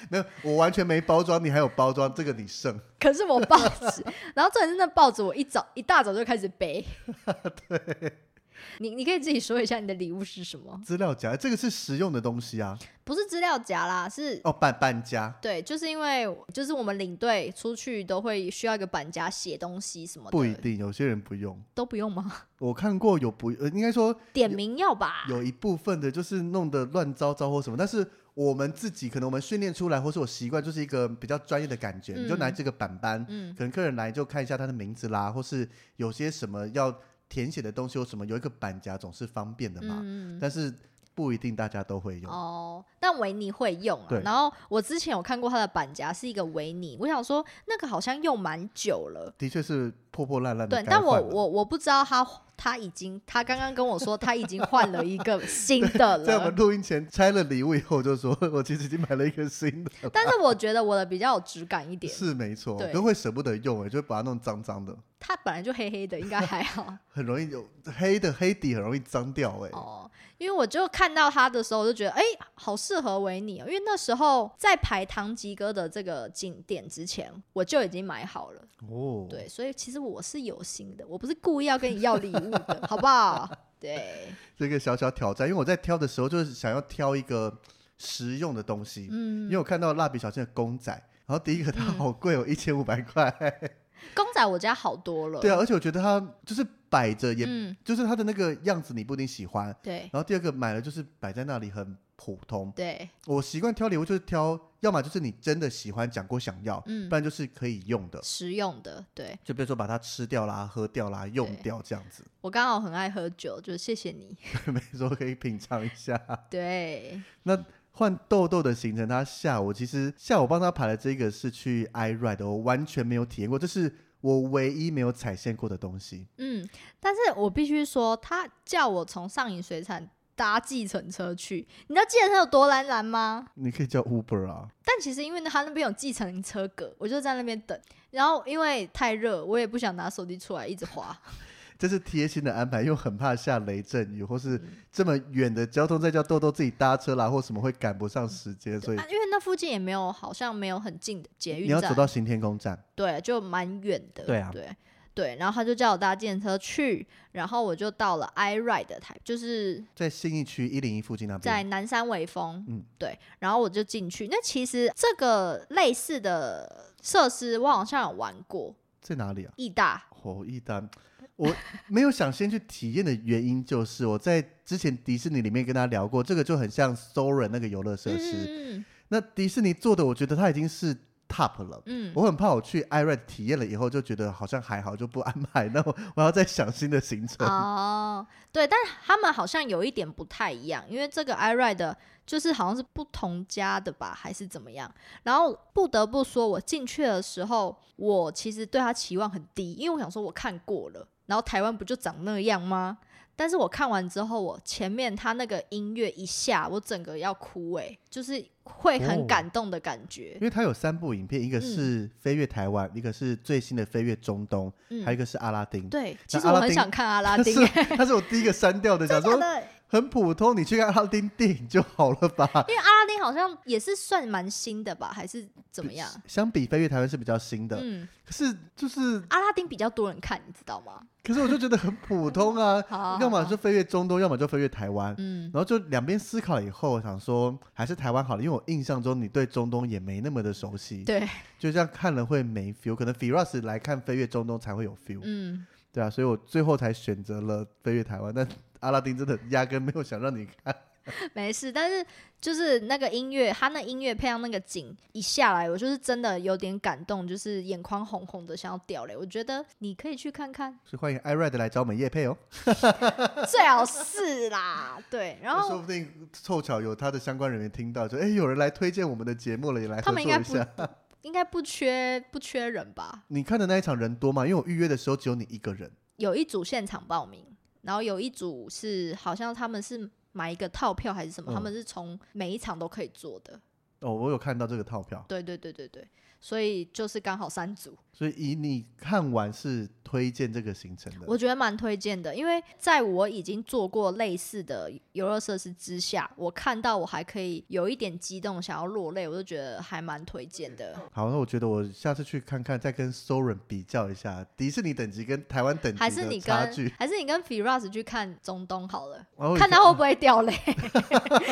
[SPEAKER 1] 没有，我完全没包装，你还有包装，这个你 剩。
[SPEAKER 2] 可是我报纸，然后重点是那报纸我一早一大早就开始 背。对，你你可以自己说一下你的礼物是什么？
[SPEAKER 1] 资料夹这个是实用的东西啊，
[SPEAKER 2] 不是资料夹啦，是。
[SPEAKER 1] 哦，半半夹
[SPEAKER 2] 对，就是因为就是我们领队出去都会需要一个板夹写东西什么的，
[SPEAKER 1] 不一定，有些人不用。
[SPEAKER 2] 都不用吗？
[SPEAKER 1] 我看过有不，呃应该说
[SPEAKER 2] 点名要吧？
[SPEAKER 1] 有一部分的就是弄得乱糟糟或什么，但是我们自己可能我们训练出来，或是我习惯，就是一个比较专业的感觉，
[SPEAKER 2] 嗯
[SPEAKER 1] 你就拿这个板板，
[SPEAKER 2] 嗯
[SPEAKER 1] 可能客人来就看一下他的名字啦，或是有些什么要填写的东西，有什么有一个板夹总是方便的嘛。
[SPEAKER 2] 嗯，
[SPEAKER 1] 但是不一定大家都会用。
[SPEAKER 2] 哦，但维尼会用啊
[SPEAKER 1] 对。
[SPEAKER 2] 然后我之前有看过他的板夹是一个维尼，我想说那个好像用蛮久了。
[SPEAKER 1] 的确是破破烂烂的
[SPEAKER 2] 对，
[SPEAKER 1] 该
[SPEAKER 2] 但
[SPEAKER 1] 换了。
[SPEAKER 2] 我我我不知道他他已经他刚刚跟我说他已经换了一个新的
[SPEAKER 1] 在我们
[SPEAKER 2] 了。
[SPEAKER 1] 录音前拆了礼物以后，就说我其实已经买了一个新的，
[SPEAKER 2] 但是我觉得我的比较有质感一点，
[SPEAKER 1] 是没错，
[SPEAKER 2] 对
[SPEAKER 1] 可会舍不得用哎，就会把它弄脏脏的，
[SPEAKER 2] 它本来就黑黑的，应该还好。
[SPEAKER 1] 很容易有黑的黑底很容易脏掉哎。
[SPEAKER 2] 哦，因为我就看到他的时候，我就觉得哎、好适合维尼、哦。因为那时候在排唐吉诃德这个景点之前，我就已经买好了。
[SPEAKER 1] 哦，
[SPEAKER 2] 对，所以其实我是有心的，我不是故意要跟你要礼物的，好不好？ 对，
[SPEAKER 1] 这个小小挑战，因为我在挑的时候就是想要挑一个实用的东西，因
[SPEAKER 2] 嗯，
[SPEAKER 1] 为我看到蜡笔小新的公仔，然后第一个它好贵哦，一千五百 块，
[SPEAKER 2] 公仔我家好多了。
[SPEAKER 1] 对啊，而且我觉得它就是摆着也，
[SPEAKER 2] 嗯，
[SPEAKER 1] 就是它的那个样子你不一定喜欢，
[SPEAKER 2] 对
[SPEAKER 1] 然后第二个买了就是摆在那里很普通，
[SPEAKER 2] 对，
[SPEAKER 1] 我习惯挑礼物就是挑，要么就是你真的喜欢、讲过想要，
[SPEAKER 2] 嗯
[SPEAKER 1] 不，然就是可以用的，
[SPEAKER 2] 实用的。对
[SPEAKER 1] 就比如说把它吃掉啦、喝掉啦、用掉这样子，
[SPEAKER 2] 我刚好很爱喝酒，就是谢谢你。
[SPEAKER 1] 没错，可以品尝一下。
[SPEAKER 2] 对，
[SPEAKER 1] 那换豆豆的行程，他下午其实下午帮他排的这个是去 i ride，的我完全没有体验过，这是我唯一没有踩线过的东西。
[SPEAKER 2] 嗯，但是我必须说，他叫我从上影水产搭计程车去，你知道计程车有多难拦吗？
[SPEAKER 1] 你可以叫 Uber 啊，
[SPEAKER 2] 但其实因为他那边有计程车格，我就在那边等。然后因为太热，我也不想拿手机出来一 直滑。
[SPEAKER 1] 这是贴心的安排，因为我很怕下雷阵雨或是这么远的交通，再叫豆豆自己搭车啦或什么会赶不上时间，所以
[SPEAKER 2] 啊，因为那附近也没有，好像没有很近的捷
[SPEAKER 1] 你
[SPEAKER 2] 运
[SPEAKER 1] 要
[SPEAKER 2] 站
[SPEAKER 1] 走，到行天宫站。
[SPEAKER 2] 对，就蛮远的。
[SPEAKER 1] 对啊
[SPEAKER 2] 对对。然后他就叫我搭计程车去，然后我就到了 i ride 的台，就是
[SPEAKER 1] 在信义区一零一附近那
[SPEAKER 2] 在
[SPEAKER 1] 边，
[SPEAKER 2] 南山微风，
[SPEAKER 1] 嗯
[SPEAKER 2] 嗯，对，然后我就进去。那其实这个类似的设施，我好像有玩过，
[SPEAKER 1] 在哪里啊？
[SPEAKER 2] 义大，
[SPEAKER 1] 哦，一丹，我没有想先去体验的原因就是我在之前迪士尼里面跟他聊过，这个就很像 Soren 那个游乐设施。
[SPEAKER 2] 嗯
[SPEAKER 1] 那迪士尼做的，我觉得它已经是 top 了。
[SPEAKER 2] 嗯，嗯
[SPEAKER 1] 我很怕我去 i r e d 体验了以后，就觉得好像还好，就不安排。那我我要再想新的行程。
[SPEAKER 2] 哦，对，但他们好像有一点不太一样，因为这个 iRide 就是好像是不同家的吧，还是怎么样？然后不得不说，我进去的时候，我其实对他期望很低，因为我想说我看过了，然后台湾不就长那样吗？但是我看完之后，我前面他那个音乐一下，我整个要哭诶、就是会
[SPEAKER 1] 哦嗯
[SPEAKER 2] 很感动的感觉
[SPEAKER 1] 因。为它有三部影片，
[SPEAKER 2] 嗯
[SPEAKER 1] 一个是《飞越台湾》，一个是最新的《飞越中东》，还有一
[SPEAKER 2] 嗯，
[SPEAKER 1] 个是《阿拉丁》。
[SPEAKER 2] 对，
[SPEAKER 1] 那
[SPEAKER 2] 其实
[SPEAKER 1] 阿
[SPEAKER 2] 我
[SPEAKER 1] 拉
[SPEAKER 2] 很
[SPEAKER 1] 丁
[SPEAKER 2] 想看阿拉
[SPEAKER 1] 它
[SPEAKER 2] 丁 欸
[SPEAKER 1] 是，它是我第一个删掉的，想说
[SPEAKER 2] 真的
[SPEAKER 1] 很普通，你去看阿拉丁电影就好了吧？
[SPEAKER 2] 因为阿拉丁好像也是算蛮新的吧，还是怎么样？
[SPEAKER 1] 相比《飞越台湾》是比较新的，
[SPEAKER 2] 嗯，
[SPEAKER 1] 可是就是，
[SPEAKER 2] 阿拉丁比较多人看，你知道吗？
[SPEAKER 1] 可是我就觉得很普通啊
[SPEAKER 2] 好 好，好
[SPEAKER 1] 要么就飞越中东，要么就飞越台湾。
[SPEAKER 2] 嗯，
[SPEAKER 1] 然后就两边思考了以后，我想说还是台湾好了，因为我印象中你对中东也没那么的熟悉，
[SPEAKER 2] 对，
[SPEAKER 1] 就这样看了会没 feel，可能 Firas 来看飞越中东才会有 feel，、
[SPEAKER 2] 嗯，
[SPEAKER 1] 对啊，所以我最后才选择了飞越台湾，但阿拉丁真的压根没有想让你看，
[SPEAKER 2] 没事。但是就是那个音乐，他那音乐配上那个景一下来，我就是真的有点感动，就是眼眶红红的，想要掉泪。我觉得你可以去看 看，
[SPEAKER 1] 所以欢迎 iRed 来找我们叶配哦，
[SPEAKER 2] 最好是啦。对，然
[SPEAKER 1] 说
[SPEAKER 2] 后
[SPEAKER 1] 不定凑巧有他的相关人员听到，就哎有人来推荐我们的节目了，也来
[SPEAKER 2] 他
[SPEAKER 1] 合作
[SPEAKER 2] 们应该
[SPEAKER 1] 一下。
[SPEAKER 2] 应该不缺不缺人吧？
[SPEAKER 1] 你看的那一场人多吗？因为我预约的时候只有你一个人。
[SPEAKER 2] 有一组现场报名，然后有一组是好像他们是买一个套票还是什么，
[SPEAKER 1] 嗯
[SPEAKER 2] 他们是从每一场都可以做的。
[SPEAKER 1] 哦，我有看到这个套票，
[SPEAKER 2] 对对对对对，所以就是刚好三组。
[SPEAKER 1] 所以以你看完是推荐这个行程的。
[SPEAKER 2] 我觉得蛮推荐的，因为在我已经做过类似的游乐设施之下，我看到我还可以有一点激动，想要落泪，我就觉得还蛮推荐的，
[SPEAKER 1] 好，那我觉得我下次去看看，再跟 Soren 比较一下迪士尼等级跟台湾等级
[SPEAKER 2] 还是
[SPEAKER 1] 的
[SPEAKER 2] 你
[SPEAKER 1] 差
[SPEAKER 2] 跟
[SPEAKER 1] 距。哦
[SPEAKER 2] 还是你跟 Firas 去看中东好了，
[SPEAKER 1] 然后我
[SPEAKER 2] 看他会不会掉泪。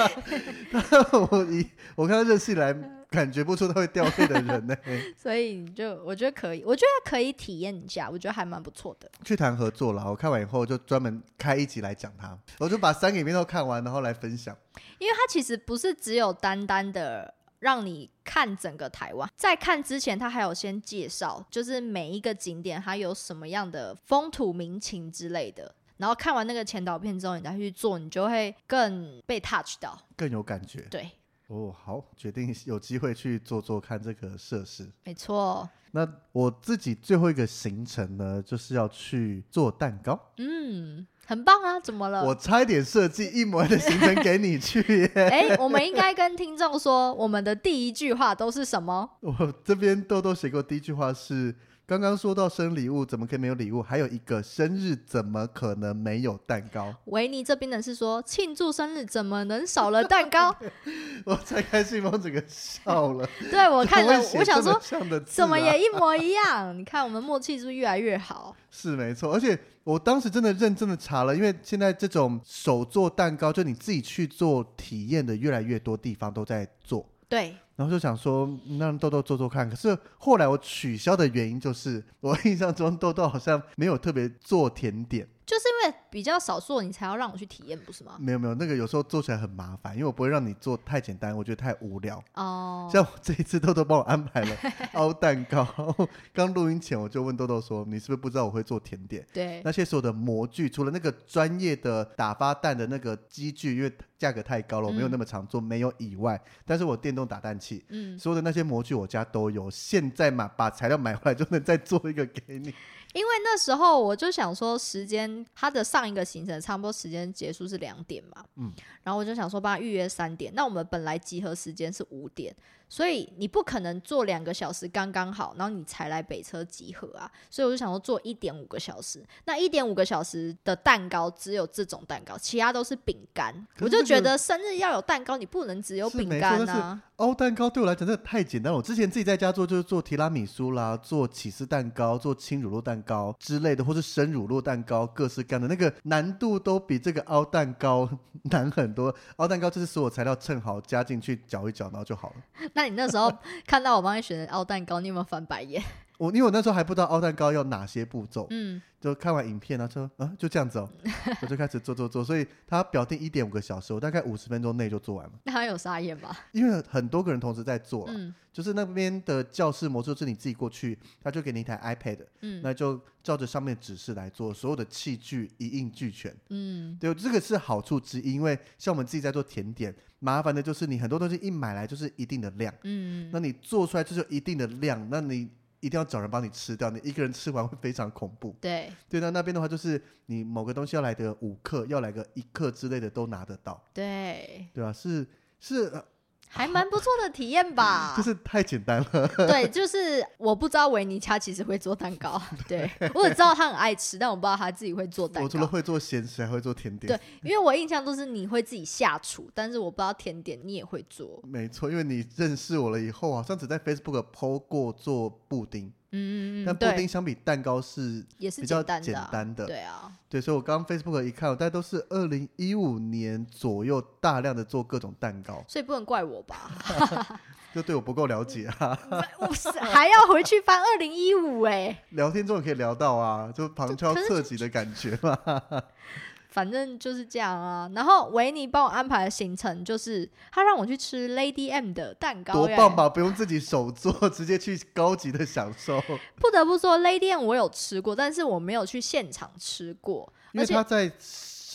[SPEAKER 1] 我一我看他认识以来，感觉不出他会掉泪的人呢、
[SPEAKER 2] 所以你就我觉得可以，我觉得可以体验一下，我觉得还蛮不错的。
[SPEAKER 1] 去谈合作了，我看完以后就专门开一集来讲他，我就把三个影片都看完，然后来分享。
[SPEAKER 2] 因为它其实不是只有单单的让你看整个台湾，在看之前，它还有先介绍，就是每一个景点它有什么样的风土民情之类的。然后看完那个前导片之后，你再去做，你就会更 被 touch 到。
[SPEAKER 1] 更有感觉。
[SPEAKER 2] 对，
[SPEAKER 1] 哦，好，决定有机会去做做看这个设施。
[SPEAKER 2] 没错。啊
[SPEAKER 1] 那我自己最后一个行程呢，就是要去做蛋糕。
[SPEAKER 2] 嗯，很棒啊！怎么了
[SPEAKER 1] 我？差一点设计一模的行程给你去耶
[SPEAKER 2] 哎、 我们应该跟听众说，我们的第一句话都是什么？
[SPEAKER 1] 我这边豆豆写过第一句话是：刚刚说到生礼物，怎么可以没有礼物？还有一个生日怎么可能没有蛋糕？
[SPEAKER 2] 维尼这边的是说，庆祝生日怎么能少了蛋糕？
[SPEAKER 1] 我才开信封整个笑了。
[SPEAKER 2] 对我 看
[SPEAKER 1] 怎么
[SPEAKER 2] 了
[SPEAKER 1] 会，写
[SPEAKER 2] 我想
[SPEAKER 1] 这
[SPEAKER 2] 说
[SPEAKER 1] 么，像的字啊、
[SPEAKER 2] 怎么也一模一样？你看我们默契是不是越来越好？
[SPEAKER 1] 是没错，而且我当时真的认真的查了，因为现在这种手做蛋糕，就你自己去做体验的，越来越多地方都在做。
[SPEAKER 2] 对，
[SPEAKER 1] 然后就想说，嗯让豆豆做做看。可是后来我取消的原因就是，我印象中豆豆好像没有特别做甜点，
[SPEAKER 2] 就是因为比较少做，你才要让我去体验，不是吗？
[SPEAKER 1] 没有没有，那个有时候做起来很麻烦，因为我不会让你做太简单，我觉得太无聊。
[SPEAKER 2] 哦、
[SPEAKER 1] 像我这一次豆豆帮我安排 了凹蛋糕， 然后刚录音前我就问豆豆说，你是不是不知道我会做甜点？
[SPEAKER 2] 对，
[SPEAKER 1] 那些所有的模具，除了那个专业的打发蛋的那个机具，因为价格太高了，我没有那么常做，没有以外，但是我电动打蛋器，
[SPEAKER 2] 嗯，
[SPEAKER 1] 所有的那些模具我家都有，现在嘛把材料买回来就能再做一个给你。
[SPEAKER 2] 因为那时候我就想说，时间他的上一个行程差不多时间结束是两点嘛，
[SPEAKER 1] 嗯
[SPEAKER 2] 然后我就想说帮他预约三点，那我们本来集合时间是五点，所以你不可能做两个小时刚刚好，然后你才来北车集合啊，所以我就想说做一点五个小时，那一点五个小时的蛋糕只有这种蛋糕，其他都是饼干，
[SPEAKER 1] 可是
[SPEAKER 2] 我就
[SPEAKER 1] 这
[SPEAKER 2] 觉
[SPEAKER 1] 个
[SPEAKER 2] 得生日要有蛋糕，你不能只有
[SPEAKER 1] 是
[SPEAKER 2] 饼
[SPEAKER 1] 没错但
[SPEAKER 2] 干
[SPEAKER 1] 是
[SPEAKER 2] 啊，
[SPEAKER 1] 凹哦蛋糕对我来讲真的太简单了，我之前自己在家做就是做提拉米苏啦，做起司蛋糕、做轻乳酪蛋糕之类的，或是生乳酪蛋糕，各式各样的那个难度都比这个凹蛋糕 难很多。凹蛋糕就是所有材料称好加进去搅一搅，然后就好了。
[SPEAKER 2] 那你那时候 看到我帮你选的凹蛋糕，你有没有翻白眼？
[SPEAKER 1] 我因为我那时候还不知道凹蛋糕要哪些步骤，
[SPEAKER 2] 嗯，
[SPEAKER 1] 就看完影片，然后说啊就这样子哦，我就开始做做做，所以它表定一点五个小时，我大概五十分钟内就做完了，
[SPEAKER 2] 那他有傻眼吗？
[SPEAKER 1] 因为很多个人同时在做了，
[SPEAKER 2] 嗯
[SPEAKER 1] 就是那边的教室模式是你自己过去，他就给你一台 iPad，
[SPEAKER 2] 嗯
[SPEAKER 1] 那就照着上面指示来做，所有的器具一应俱全。
[SPEAKER 2] 嗯。
[SPEAKER 1] 对，这个是好处之一，因为像我们自己在做甜点，麻烦的就是你很多东西一买来就是一定的量，
[SPEAKER 2] 嗯，
[SPEAKER 1] 那你做出来就是有一定的量，那你一定要找人帮你吃掉，你一个人吃完会非常恐怖。
[SPEAKER 2] 对，
[SPEAKER 1] 对，那那边的话就是你某个东西要来个五克，要来个一克之类的都拿得到，
[SPEAKER 2] 对，
[SPEAKER 1] 对吧、啊是是、呃
[SPEAKER 2] 还蛮不错的体验吧。
[SPEAKER 1] 就是太简单了。
[SPEAKER 2] 对，就是我不知道维尼他其实会做蛋糕，啊 对我只知道他很爱吃，但我不知道他自己会做蛋
[SPEAKER 1] 我除了
[SPEAKER 2] 糕。
[SPEAKER 1] 会做咸食，还会做甜点。
[SPEAKER 2] 对，因为我印象都是你会自己下厨，但是我不知道甜点你也会做。
[SPEAKER 1] 没错，因为你认识我了以后，好像只在 Facebook PO 过做布丁，
[SPEAKER 2] 嗯，
[SPEAKER 1] 但布丁
[SPEAKER 2] 对，
[SPEAKER 1] 相比蛋糕是
[SPEAKER 2] 也是
[SPEAKER 1] 比较
[SPEAKER 2] 简单
[SPEAKER 1] 简
[SPEAKER 2] 的啊，
[SPEAKER 1] 单的
[SPEAKER 2] 对啊，
[SPEAKER 1] 对，所以我刚刚 Facebook 一看，我大概都是二零一五年左右大量的做各种蛋糕，
[SPEAKER 2] 所以不能怪我吧？
[SPEAKER 1] 就对我不够了解
[SPEAKER 2] 嗯
[SPEAKER 1] 啊。
[SPEAKER 2] 我是还要回去翻二零一五哎，
[SPEAKER 1] 聊天中也可以聊到啊，就旁敲
[SPEAKER 2] 可是
[SPEAKER 1] 侧击的感觉嘛。
[SPEAKER 2] 反正就是这样啊。然后维尼帮我安排的行程就是他让我去吃 Lady M 的蛋糕，欸
[SPEAKER 1] 多
[SPEAKER 2] 耶
[SPEAKER 1] 棒吧！不用自己手做，直接去高级的享 受。
[SPEAKER 2] 不得不说，Lady M 我有吃过，但是我没有去现场吃过，
[SPEAKER 1] 因
[SPEAKER 2] 而
[SPEAKER 1] 为
[SPEAKER 2] 且
[SPEAKER 1] 他。在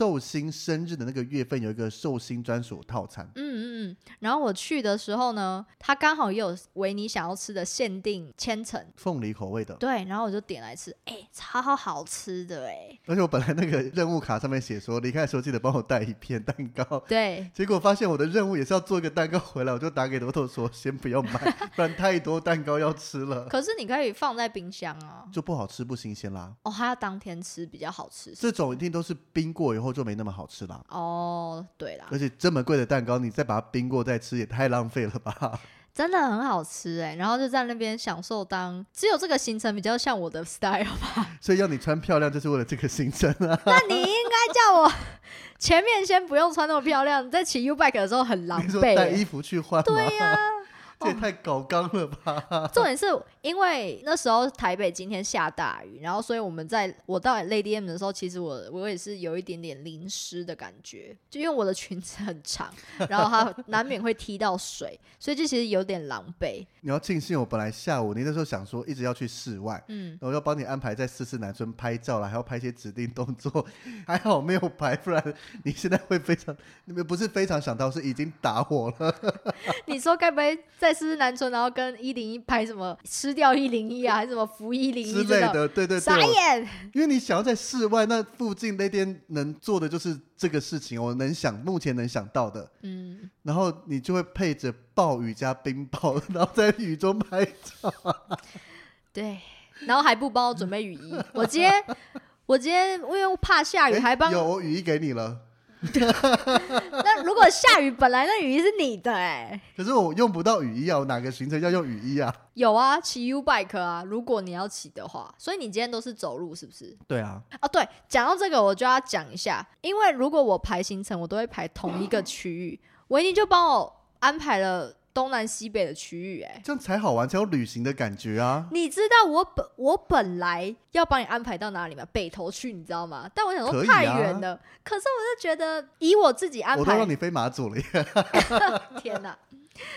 [SPEAKER 1] 寿星生日的那个月份有一个寿星专属套餐，
[SPEAKER 2] 嗯嗯嗯，然后我去的时候呢，他刚好也有维尼想要吃的限定千层，
[SPEAKER 1] 凤梨口味的。
[SPEAKER 2] 对，然后我就点来吃，哎、超好吃 的哎、
[SPEAKER 1] 而且我本来那个任务卡上面写说，离开的时候记得帮我带一片蛋糕。
[SPEAKER 2] 对，
[SPEAKER 1] 结果发现我的任务也是要做一个蛋糕回来，我就打给豆豆说，先不要买， 不然太多蛋糕要吃了，
[SPEAKER 2] 可是你可以放在冰箱啊，
[SPEAKER 1] 就不好吃不新鲜啦。
[SPEAKER 2] 哦，他要当天吃比较好吃，
[SPEAKER 1] 这种一定都是冰过以后就没那么好吃啦。
[SPEAKER 2] 哦，对啦
[SPEAKER 1] 而，且这么贵的蛋糕，你再把它冰过再吃，也太浪费了吧？
[SPEAKER 2] 真的很好吃哎、然后就在那边享受当，只有这个行程比较像我的 style
[SPEAKER 1] 所以要你穿漂亮，就是为了这个行程啊。
[SPEAKER 2] 那你应该叫我前面先不用穿那么漂亮，在骑 U bike 的时候很狼
[SPEAKER 1] 你说
[SPEAKER 2] 狈
[SPEAKER 1] 带
[SPEAKER 2] 欸。
[SPEAKER 1] 衣服去换吗？对呀、 这也太搞纲了吧！
[SPEAKER 2] 重点是因为那时候台北今天下大雨，然后所以我们在我到 Lady M 的时候，其实我我也是有一点点淋湿的感觉，就因为我的裙子很长，然后它难免会踢到水，所以就其实有点狼狈。
[SPEAKER 1] 你要庆幸我本来下午，你那时候想说一直要去室外，
[SPEAKER 2] 嗯，
[SPEAKER 1] 然后要帮你安排在四四南村拍照啦，还要拍一些指定动作， 还好没有排，不然你现在会非常，你们不是非常想到，是已经打我 了。
[SPEAKER 2] 你说该不会在思思南村，然后跟一零一拍什么吃掉一零一啊，还是什么服一零
[SPEAKER 1] 之
[SPEAKER 2] 一
[SPEAKER 1] 类？的，对对
[SPEAKER 2] 傻
[SPEAKER 1] 对，
[SPEAKER 2] 眼！
[SPEAKER 1] 因为你想要在室外，那附近那天能做的就是这个事情，我能想目前能想到的，
[SPEAKER 2] 嗯，
[SPEAKER 1] 然后你就会配着暴雨加冰雹， 然后在雨中拍照。
[SPEAKER 2] 对，然后还不帮我准备雨衣。我今天，我今天因为怕下啊雨，
[SPEAKER 1] 诶
[SPEAKER 2] 还帮
[SPEAKER 1] 哎有我雨衣给你了，
[SPEAKER 2] 那如果下雨，本来那雨衣是你的哎、
[SPEAKER 1] 可是我用不到雨衣啊，我哪个行程要用雨衣啊？
[SPEAKER 2] 有啊，骑 U bike 啊，如果你要骑的话，所以你今天都是走路是不是？
[SPEAKER 1] 对啊，
[SPEAKER 2] 啊，对，讲到这个我就要讲一下，因为如果我排行程，我都会排同一个区域，维尼就帮我安排了东南西北的区域、哎，
[SPEAKER 1] 这样才好玩，才有旅行的感觉啊。
[SPEAKER 2] 你知道我本我本来要帮你安排到哪里吗？北投去，你知道吗？但我想
[SPEAKER 1] 可
[SPEAKER 2] 说
[SPEAKER 1] 以
[SPEAKER 2] 太
[SPEAKER 1] 啊
[SPEAKER 2] 远了，可是我就觉得以我自己安
[SPEAKER 1] 我都
[SPEAKER 2] 排
[SPEAKER 1] 让，你飞马祖了耶，
[SPEAKER 2] 天哪，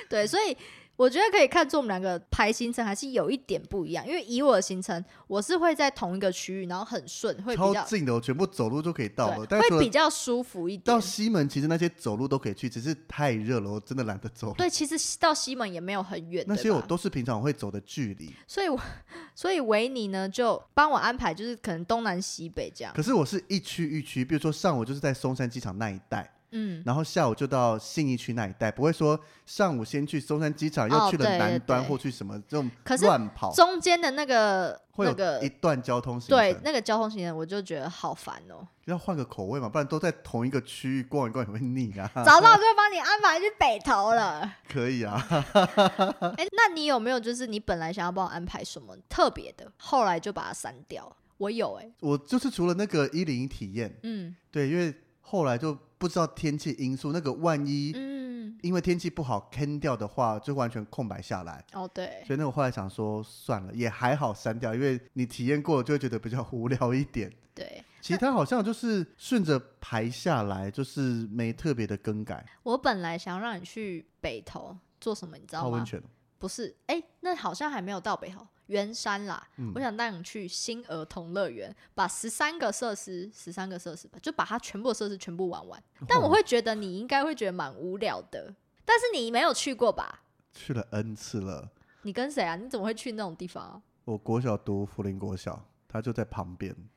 [SPEAKER 2] 对，所以我觉得可以看出我们两个排行程还是有一点不一样，因为以我的行程，我是会在同一个区域，然后很顺，会比
[SPEAKER 1] 超
[SPEAKER 2] 较
[SPEAKER 1] 近的，我全部走路就可以到了。
[SPEAKER 2] 对，
[SPEAKER 1] 但除
[SPEAKER 2] 会
[SPEAKER 1] 了
[SPEAKER 2] 比较舒服一
[SPEAKER 1] 到
[SPEAKER 2] 点。
[SPEAKER 1] 西门，其实那些走路都可以去，只是太热了，我真的懒得走。
[SPEAKER 2] 对，其实到西门也没有很远，
[SPEAKER 1] 那
[SPEAKER 2] 对
[SPEAKER 1] 些我
[SPEAKER 2] 吧
[SPEAKER 1] 都是平常我会走的距离，
[SPEAKER 2] 所以我， 所以维尼呢就帮我安排，就是可能东南西北这样
[SPEAKER 1] 可，是我是一区一区，比如说上午就是在松山机场那一带，
[SPEAKER 2] 嗯，
[SPEAKER 1] 然后下午就到信义区那一带，不会说上午先去松山机场，又
[SPEAKER 2] 哦
[SPEAKER 1] 去了
[SPEAKER 2] 对
[SPEAKER 1] 南
[SPEAKER 2] 对
[SPEAKER 1] 端
[SPEAKER 2] 对
[SPEAKER 1] 或去什么这种
[SPEAKER 2] 可是
[SPEAKER 1] 乱跑，
[SPEAKER 2] 中间的那个
[SPEAKER 1] 会
[SPEAKER 2] 那
[SPEAKER 1] 有
[SPEAKER 2] 个
[SPEAKER 1] 一段交通行
[SPEAKER 2] 对
[SPEAKER 1] 程，
[SPEAKER 2] 那个交通行程，我就觉得好烦哦、
[SPEAKER 1] 要换个口味嘛，不然都在同一个区域逛一逛也会腻啊。
[SPEAKER 2] 早到就帮你安排去北投了。
[SPEAKER 1] 可以 啊，
[SPEAKER 2] 哎、那你有没有就是你本来想要帮我安排什么特别的，后来就把它删掉？我有哎、
[SPEAKER 1] 我就是除了那个一零一体验，
[SPEAKER 2] 嗯
[SPEAKER 1] 对，因为后来就不知道天气因素，那个万一
[SPEAKER 2] 嗯，
[SPEAKER 1] 因为天气不好坑掉的话，就完全空白下来。
[SPEAKER 2] 哦对，
[SPEAKER 1] 所以那我后来想说，算了，也还好删掉，因为你体验过了就会觉得比较无聊一点。
[SPEAKER 2] 对
[SPEAKER 1] 其他好像就是顺着排下来，就是没特别的更改。
[SPEAKER 2] 我本来想要让你去北投做什么，你知
[SPEAKER 1] 泡
[SPEAKER 2] 道吗
[SPEAKER 1] 温？泉，
[SPEAKER 2] 不是，哎、那好像还没有到北投圆山啦。
[SPEAKER 1] 嗯
[SPEAKER 2] 我，想带你去新儿童乐园，把十三个设施，十三个设施吧，就把它全部的设施全部玩完。但我
[SPEAKER 1] 哦
[SPEAKER 2] 会觉得你应该会觉得蛮无聊的，但是你没有去过吧？
[SPEAKER 1] 去了 N 次了。
[SPEAKER 2] 你跟谁啊？你怎么会去那种地方、啊？
[SPEAKER 1] 我国小读福林国小，它就在旁边。嗯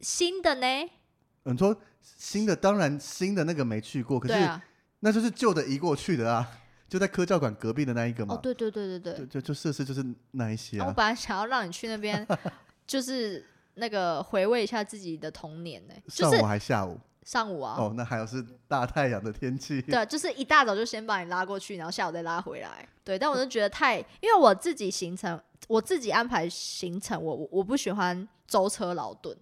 [SPEAKER 2] 新的呢？
[SPEAKER 1] 你说新的，当然新的那个没去过，可
[SPEAKER 2] 对
[SPEAKER 1] 是
[SPEAKER 2] 啊，
[SPEAKER 1] 那就是旧的移过去的啊，就在科教馆隔壁的那一个嘛。
[SPEAKER 2] 哦，对对对对对。
[SPEAKER 1] 就就就设施就是那一些
[SPEAKER 2] 啊我
[SPEAKER 1] 啊。
[SPEAKER 2] 本来想要让你去那边，就是那个回味一下自己的童年呢、就
[SPEAKER 1] 上
[SPEAKER 2] 是
[SPEAKER 1] 午啊还下午
[SPEAKER 2] 上午啊，
[SPEAKER 1] 哦，那还有是大太阳的天气。
[SPEAKER 2] 对，啊就是一大早就先把你拉过去，然后下午再拉回来。对，但我就觉得太，因为我自己行程，我自己安排行程，我我我不喜欢舟车劳顿，
[SPEAKER 1] 哦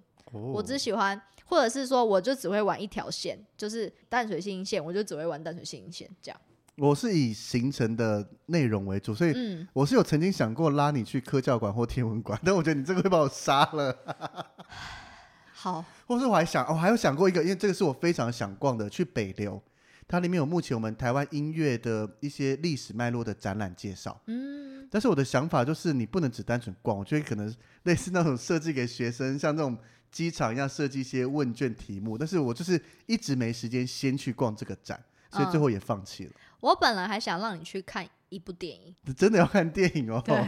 [SPEAKER 2] 我只喜欢，或者是说我就只会玩一条线，就是淡水新线，我就只会玩淡水新线这样。
[SPEAKER 1] 我是以行程的内容为主，所以
[SPEAKER 2] 嗯，
[SPEAKER 1] 我是有曾经想过拉你去科教馆或天文馆，但我觉得你这个会把我杀了。
[SPEAKER 2] 好，
[SPEAKER 1] 或是我还想，我、哦还有想过一个，因为这个是我非常想逛的，去北流，它里面有目前我们台湾音乐的一些历史脉络的展览介绍。
[SPEAKER 2] 嗯，
[SPEAKER 1] 但是我的想法就是，你不能只单纯逛，我觉得可能类似那种设计给学生，像这种机场一样设计一些问卷题目。但是我就是一直没时间先去逛这个展，所以最后也放弃了。
[SPEAKER 2] 我本来还想让你去看一部电影。
[SPEAKER 1] 你真的要看电影哦？
[SPEAKER 2] 嗯对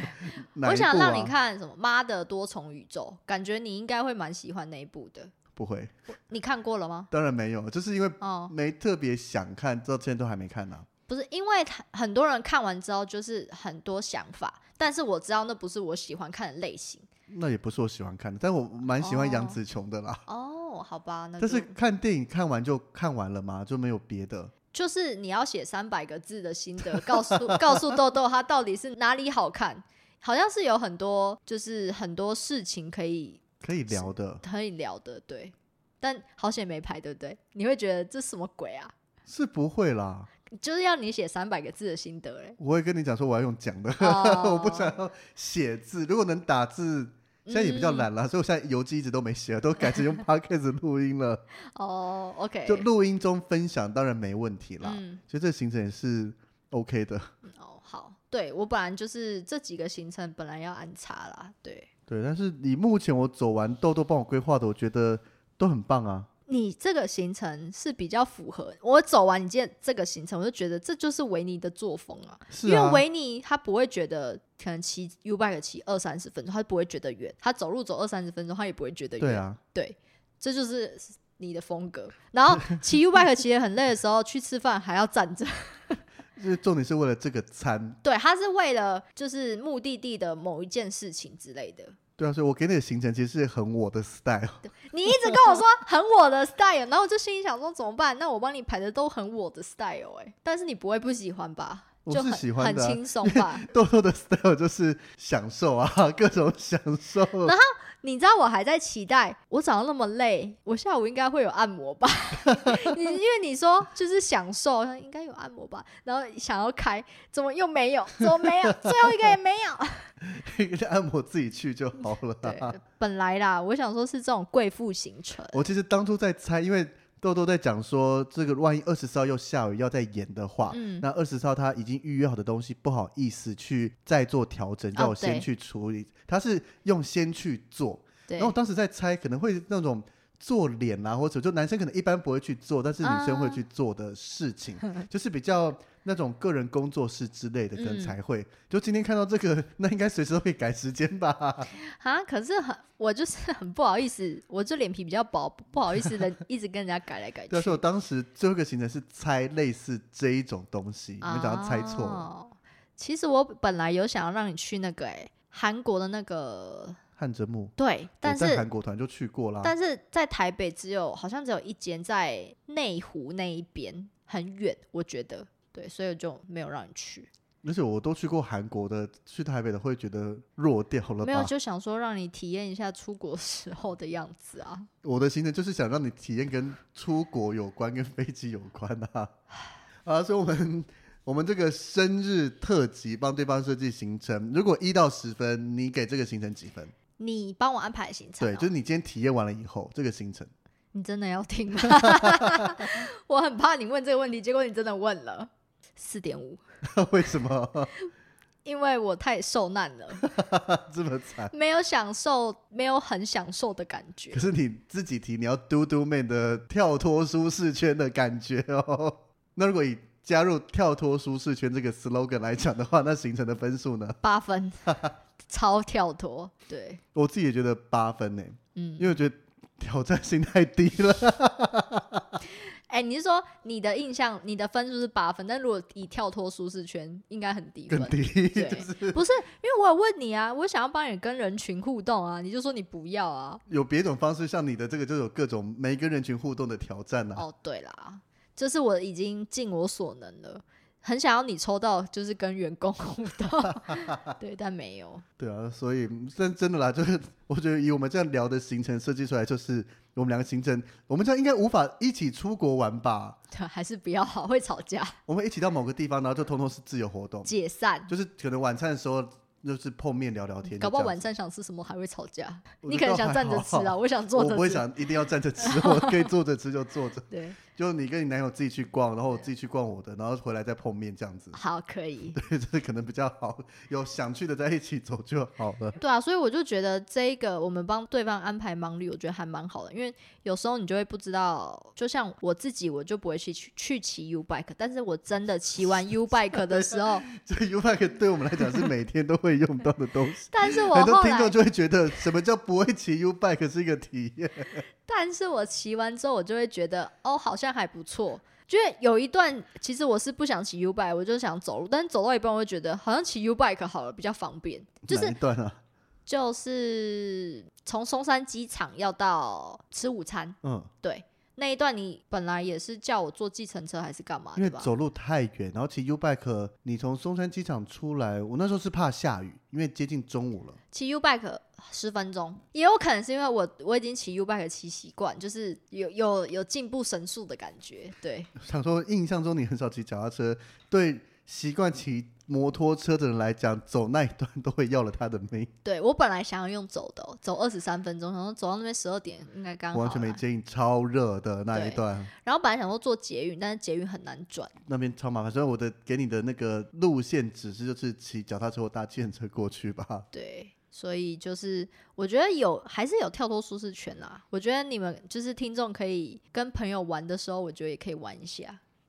[SPEAKER 1] 哪一
[SPEAKER 2] 我想
[SPEAKER 1] 部
[SPEAKER 2] 让你
[SPEAKER 1] 啊，
[SPEAKER 2] 看什么《妈的多重宇宙》，感觉你应该会蛮喜欢那一部的。
[SPEAKER 1] 不会，
[SPEAKER 2] 你看过了吗？
[SPEAKER 1] 当然没有，就是因为
[SPEAKER 2] 哦，
[SPEAKER 1] 没特别想看，到现在都还没看呢、啊
[SPEAKER 2] 不是，因为他很多人看完之后就是很多想法，但是我知道那不是我喜欢看的类型。
[SPEAKER 1] 那也不是我喜欢看的，但我蛮喜欢杨
[SPEAKER 2] 哦
[SPEAKER 1] 紫琼的啦。
[SPEAKER 2] 哦，好吧，那就
[SPEAKER 1] 但是看电影看完就看完了嘛，就没有别的。
[SPEAKER 2] 就是你要写三百个字的心得，告诉告诉豆豆他到底是哪里好看，好像是有很多就是很多事情可以
[SPEAKER 1] 可以聊的，
[SPEAKER 2] 可以聊的，对。但好险没拍，对不对？你会觉得这什么鬼啊？
[SPEAKER 1] 是不会啦。
[SPEAKER 2] 就是要你写三百个字的心得欸嘞。
[SPEAKER 1] 我会跟你讲说我要用讲的，
[SPEAKER 2] 哦
[SPEAKER 1] 我不想要写字。如果能打字，现在也比较
[SPEAKER 2] 嗯
[SPEAKER 1] 懒了，所以我现在邮寄一直都没写了，都改成 用 podcast 录音了。
[SPEAKER 2] 哦，OK，
[SPEAKER 1] 就录音中分享，当然没问题啦。
[SPEAKER 2] 嗯，
[SPEAKER 1] 所以这行程也是 OK 的。
[SPEAKER 2] 哦，好，对我本来就是这几个行程本来要安插啦，对。
[SPEAKER 1] 对，但是你目前我走完豆豆帮我规划的，我觉得都很棒啊。
[SPEAKER 2] 你这个行程是比较符合我走完你这这个行程，我就觉得这就是维尼的作风啊。
[SPEAKER 1] 是
[SPEAKER 2] 因为
[SPEAKER 1] 啊，
[SPEAKER 2] 维尼他不会觉得可能骑 U bike 骑二三十分钟，他不会觉得远；他走路走二三十分钟，他也不会觉得远。
[SPEAKER 1] 对啊，
[SPEAKER 2] 对这就是你的风格。然后骑 U bike 骑得很累的时候，去吃饭还要站着。
[SPEAKER 1] 就是重点是为了这个餐。
[SPEAKER 2] 对，他是为了就是目的地的某一件事情之类的。
[SPEAKER 1] 对啊，所以我给你的行程其实是很我的 style。
[SPEAKER 2] 你一直跟我说很我的 style，然后我就心里想说怎么办？那我帮你排的都很我的 style 哎、但是你不会不喜欢吧？
[SPEAKER 1] 我
[SPEAKER 2] 就是很
[SPEAKER 1] 喜欢的啊
[SPEAKER 2] 很轻松 吧？
[SPEAKER 1] 豆豆的 style 就是享受啊，各种享受。
[SPEAKER 2] 你知道我还在期待，我早上那么累，我下午应该会有按 摩吧？你因为你说就是享受，应该有按摩吧？然后想要开，怎么又没有？怎么没有？最后一个也没 有。
[SPEAKER 1] 按摩自己去就好了
[SPEAKER 2] 对
[SPEAKER 1] 啊、，
[SPEAKER 2] 本来啦，我想说是这种贵妇行程，
[SPEAKER 1] 我其实当初在猜，因为豆豆在讲说，这个万一二十四号又下雨要再延的话，
[SPEAKER 2] 嗯
[SPEAKER 1] 那二十四号他已经预约好的东西，不好意思去再做调整，叫我先
[SPEAKER 2] 哦对
[SPEAKER 1] 去处理。他是用先去做，
[SPEAKER 2] 对
[SPEAKER 1] 然后我当时在猜，可能会那种。做脸啊，或者就男生可能一般不会去做，但是女生
[SPEAKER 2] 哦
[SPEAKER 1] 会去做的事 情，就是比较那种个人工作室之类的，可能
[SPEAKER 2] 嗯
[SPEAKER 1] 才会。就今天看到这个， 那应该随时都可以改时间吧？
[SPEAKER 2] 啊，可是很我就是很不好意思，我这脸皮比较薄，不不好意 思的一直跟人家改来改去
[SPEAKER 1] 对啊，。所以我当时最后一个行程是猜类似这一种东西，你们讲到猜错了，
[SPEAKER 2] 哦。其实我本来有想要让你去那个哎、韩国的那个
[SPEAKER 1] 汗蒸木。
[SPEAKER 2] 对，但
[SPEAKER 1] 我在
[SPEAKER 2] 是
[SPEAKER 1] 韩国团就去过啦，
[SPEAKER 2] 但是在台北只有好像只有一间在内湖那一边，很远，我觉得对，所以我就没有让你去，
[SPEAKER 1] 而且我都去过韩国的，去台北的会觉得弱掉了
[SPEAKER 2] 没有
[SPEAKER 1] 吧？
[SPEAKER 2] 就想说让你体验一下出国时候的样子啊。
[SPEAKER 1] 我的行程就是想让你体验跟出国有关、跟飞机有关啊。 啊，所以我们我们这个生日特辑帮对方设计行程，如果一到十分，你给这个行程几分？
[SPEAKER 2] 你帮我安排行程、
[SPEAKER 1] 对，
[SPEAKER 2] 哦，
[SPEAKER 1] 就是你今天体验完了以后，这个行程。
[SPEAKER 2] 你真的要听吗？ 我很怕你问这个问题，结果你真的问了四点五，
[SPEAKER 1] 为什么
[SPEAKER 2] 因为我太受难了，
[SPEAKER 1] 这么惨？
[SPEAKER 2] 没有享受，没有很享受的感觉
[SPEAKER 1] 可。是你自己提，你要嘟嘟妹的跳脱舒适圈的感觉哦。 那如果以加入跳脱舒适圈这个 slogan 来讲的话，那形成的分数呢？
[SPEAKER 2] 八分， 超跳脱，对，
[SPEAKER 1] 我自己也觉得八分呢，
[SPEAKER 2] 嗯
[SPEAKER 1] 因。为我觉得挑战性太低了。
[SPEAKER 2] 哎、你是说你的印象，你的分数是八分，但如果以跳脱舒适圈，应该很低分
[SPEAKER 1] 更。低，
[SPEAKER 2] 对
[SPEAKER 1] 就是
[SPEAKER 2] 不是，因为我有问你啊，我想要帮你跟人群互动啊，你就说你不要啊。
[SPEAKER 1] 有别种方式，像你的这个就有各种每跟人群互动的挑战啊。
[SPEAKER 2] 哦，对啦，就是我已经尽我所能了，很想要你抽到就是跟员工互动， 对，但没有。
[SPEAKER 1] 对啊，所以真真的啦，就是 我觉得以我们这样聊的行程设计出来，就是我们两个行程，我们这样应该无法一起出国玩吧？
[SPEAKER 2] 对，还是不要好，会吵架，
[SPEAKER 1] 我们一起到某个地方，然后就通通是自由活动，
[SPEAKER 2] 解散。
[SPEAKER 1] 就是可能晚餐的时候就是碰面聊聊天，
[SPEAKER 2] 搞不好晚
[SPEAKER 1] 上
[SPEAKER 2] 上想吃什么还会吵架。
[SPEAKER 1] 我
[SPEAKER 2] 你
[SPEAKER 1] 觉
[SPEAKER 2] 可
[SPEAKER 1] 得
[SPEAKER 2] 能
[SPEAKER 1] 倒还
[SPEAKER 2] 想站着吃
[SPEAKER 1] 好
[SPEAKER 2] 啊，我想坐
[SPEAKER 1] 我
[SPEAKER 2] 着吃。
[SPEAKER 1] 不会想一定要站着吃，我可以坐着吃就坐着，
[SPEAKER 2] 对，
[SPEAKER 1] 就你跟你男友自己去逛，然后我自己去逛我的，然后回来再碰面这样子，
[SPEAKER 2] 好，可以。
[SPEAKER 1] 对，这可能比较好，有想去的在一起走就好了。
[SPEAKER 2] 对啊，所以我就觉得这一个我们帮对方安排盲旅，我觉得还蛮好的，因为有时候你就会不知道，就像我自己，我就不会去去去骑 U bike，但是我真的骑完 U bike 的时候，，
[SPEAKER 1] 这 U bike 对我们来讲是每天都会用到的东西
[SPEAKER 2] 但是我
[SPEAKER 1] 很多
[SPEAKER 2] 后
[SPEAKER 1] 哎听众
[SPEAKER 2] 来，
[SPEAKER 1] 就会觉得什么叫不会骑 U bike 是一个体验。
[SPEAKER 2] 但是我骑完之后，我就会觉得哦，好像还不错。因为有一段，其实我是不想骑 U bike，我就想走路，但是走到一半，我会觉得好像骑 U bike 好了，比较方便。就
[SPEAKER 1] 哪
[SPEAKER 2] 是
[SPEAKER 1] 一段啊？
[SPEAKER 2] 就是从松山机场要到吃午餐，
[SPEAKER 1] 嗯，
[SPEAKER 2] 哦对，那一段你本来也是叫我坐计程车还是干嘛
[SPEAKER 1] 因为
[SPEAKER 2] 的吧？
[SPEAKER 1] 走路太远，然后骑 U bike，你从松山机场出来，我那时候是怕下雨，因为接近中午了。
[SPEAKER 2] 骑 U bike 十分钟，也有可能是因为我我已经骑 U bike 骑习惯，就是有有有进步神速的感觉。对，
[SPEAKER 1] 想说，印象中你很少骑脚踏车，对习惯骑摩托车的人来讲，走那一段都会要了他的命。
[SPEAKER 2] 对我本来想要用走的哦、走二十三分钟，然后走到那边十二点应该刚好
[SPEAKER 1] 我完全没
[SPEAKER 2] 啦
[SPEAKER 1] 建议，超热的那一
[SPEAKER 2] 对
[SPEAKER 1] 段，
[SPEAKER 2] 然后本来想说坐捷运，但是捷运很难转。
[SPEAKER 1] 那边超麻烦。所以我的给你的那个路线指示就是骑脚踏车或搭计程车过去吧。
[SPEAKER 2] 对，所以就是我觉得有还是有跳脱舒适圈啦。我觉得你们就是听众可以跟朋友玩的时候，我觉得也可以玩一下。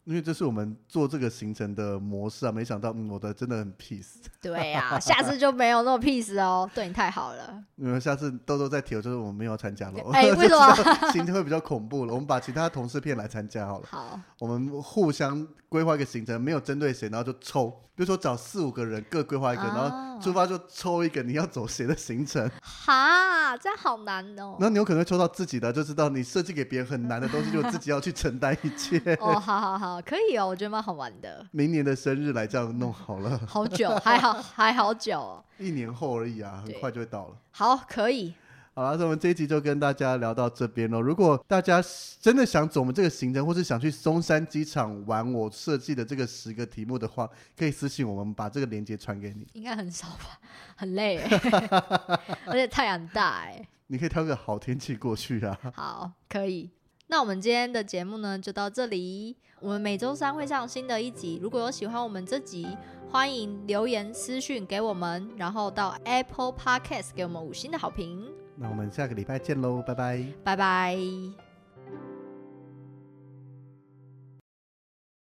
[SPEAKER 1] 因为这是我们做这个行程的模式啊，没想到、嗯、我的真的很 peace。
[SPEAKER 2] 对啊，下次就没有那么 peace 哦，对你太好了。
[SPEAKER 1] 因为下次豆豆再提，我就是我们没有参加了。
[SPEAKER 2] 哎为什么？
[SPEAKER 1] 行程会比较恐怖了，我们把其他同事骗来参加好了。
[SPEAKER 2] 好，
[SPEAKER 1] 我们互相规划一个行程，没有针对谁，然后就抽，比如说找四五个人各规划一个，
[SPEAKER 2] 啊
[SPEAKER 1] 然后出发就抽一个你要走谁的行程，
[SPEAKER 2] 哦哈，这样好难哦
[SPEAKER 1] 然。后你有可能会抽到自己的，就知道你设计给别人很难的东西，就自己要去承担一切。
[SPEAKER 2] 哦，好好好，可以哦，我觉得蛮好玩的。
[SPEAKER 1] 明年的生日来这样弄好了，
[SPEAKER 2] 好久，还好，还好久、哦。
[SPEAKER 1] 一年后而已啊，很
[SPEAKER 2] 对
[SPEAKER 1] 快就会到了。
[SPEAKER 2] 好，可以。
[SPEAKER 1] 好了，那我们这一集就跟大家聊到这边喽。如果大家真的想走我们这个行程，或是想去松山机场玩我设计的这个十个题目的话，可以私信我们，把这个链接传给你。
[SPEAKER 2] 应该很少吧，很累欸，而且太阳大哎。
[SPEAKER 1] 你可以挑个好天气过去啊。
[SPEAKER 2] 好，可以。那我们今天的节目呢，就到这里。我们每周三会上新的一集，如果有喜欢我们这集，欢迎留言私讯给我们，然后到 Apple Podcast 给我们五星的好评。
[SPEAKER 1] 那我们下个礼拜见喽，拜拜。
[SPEAKER 2] 拜拜。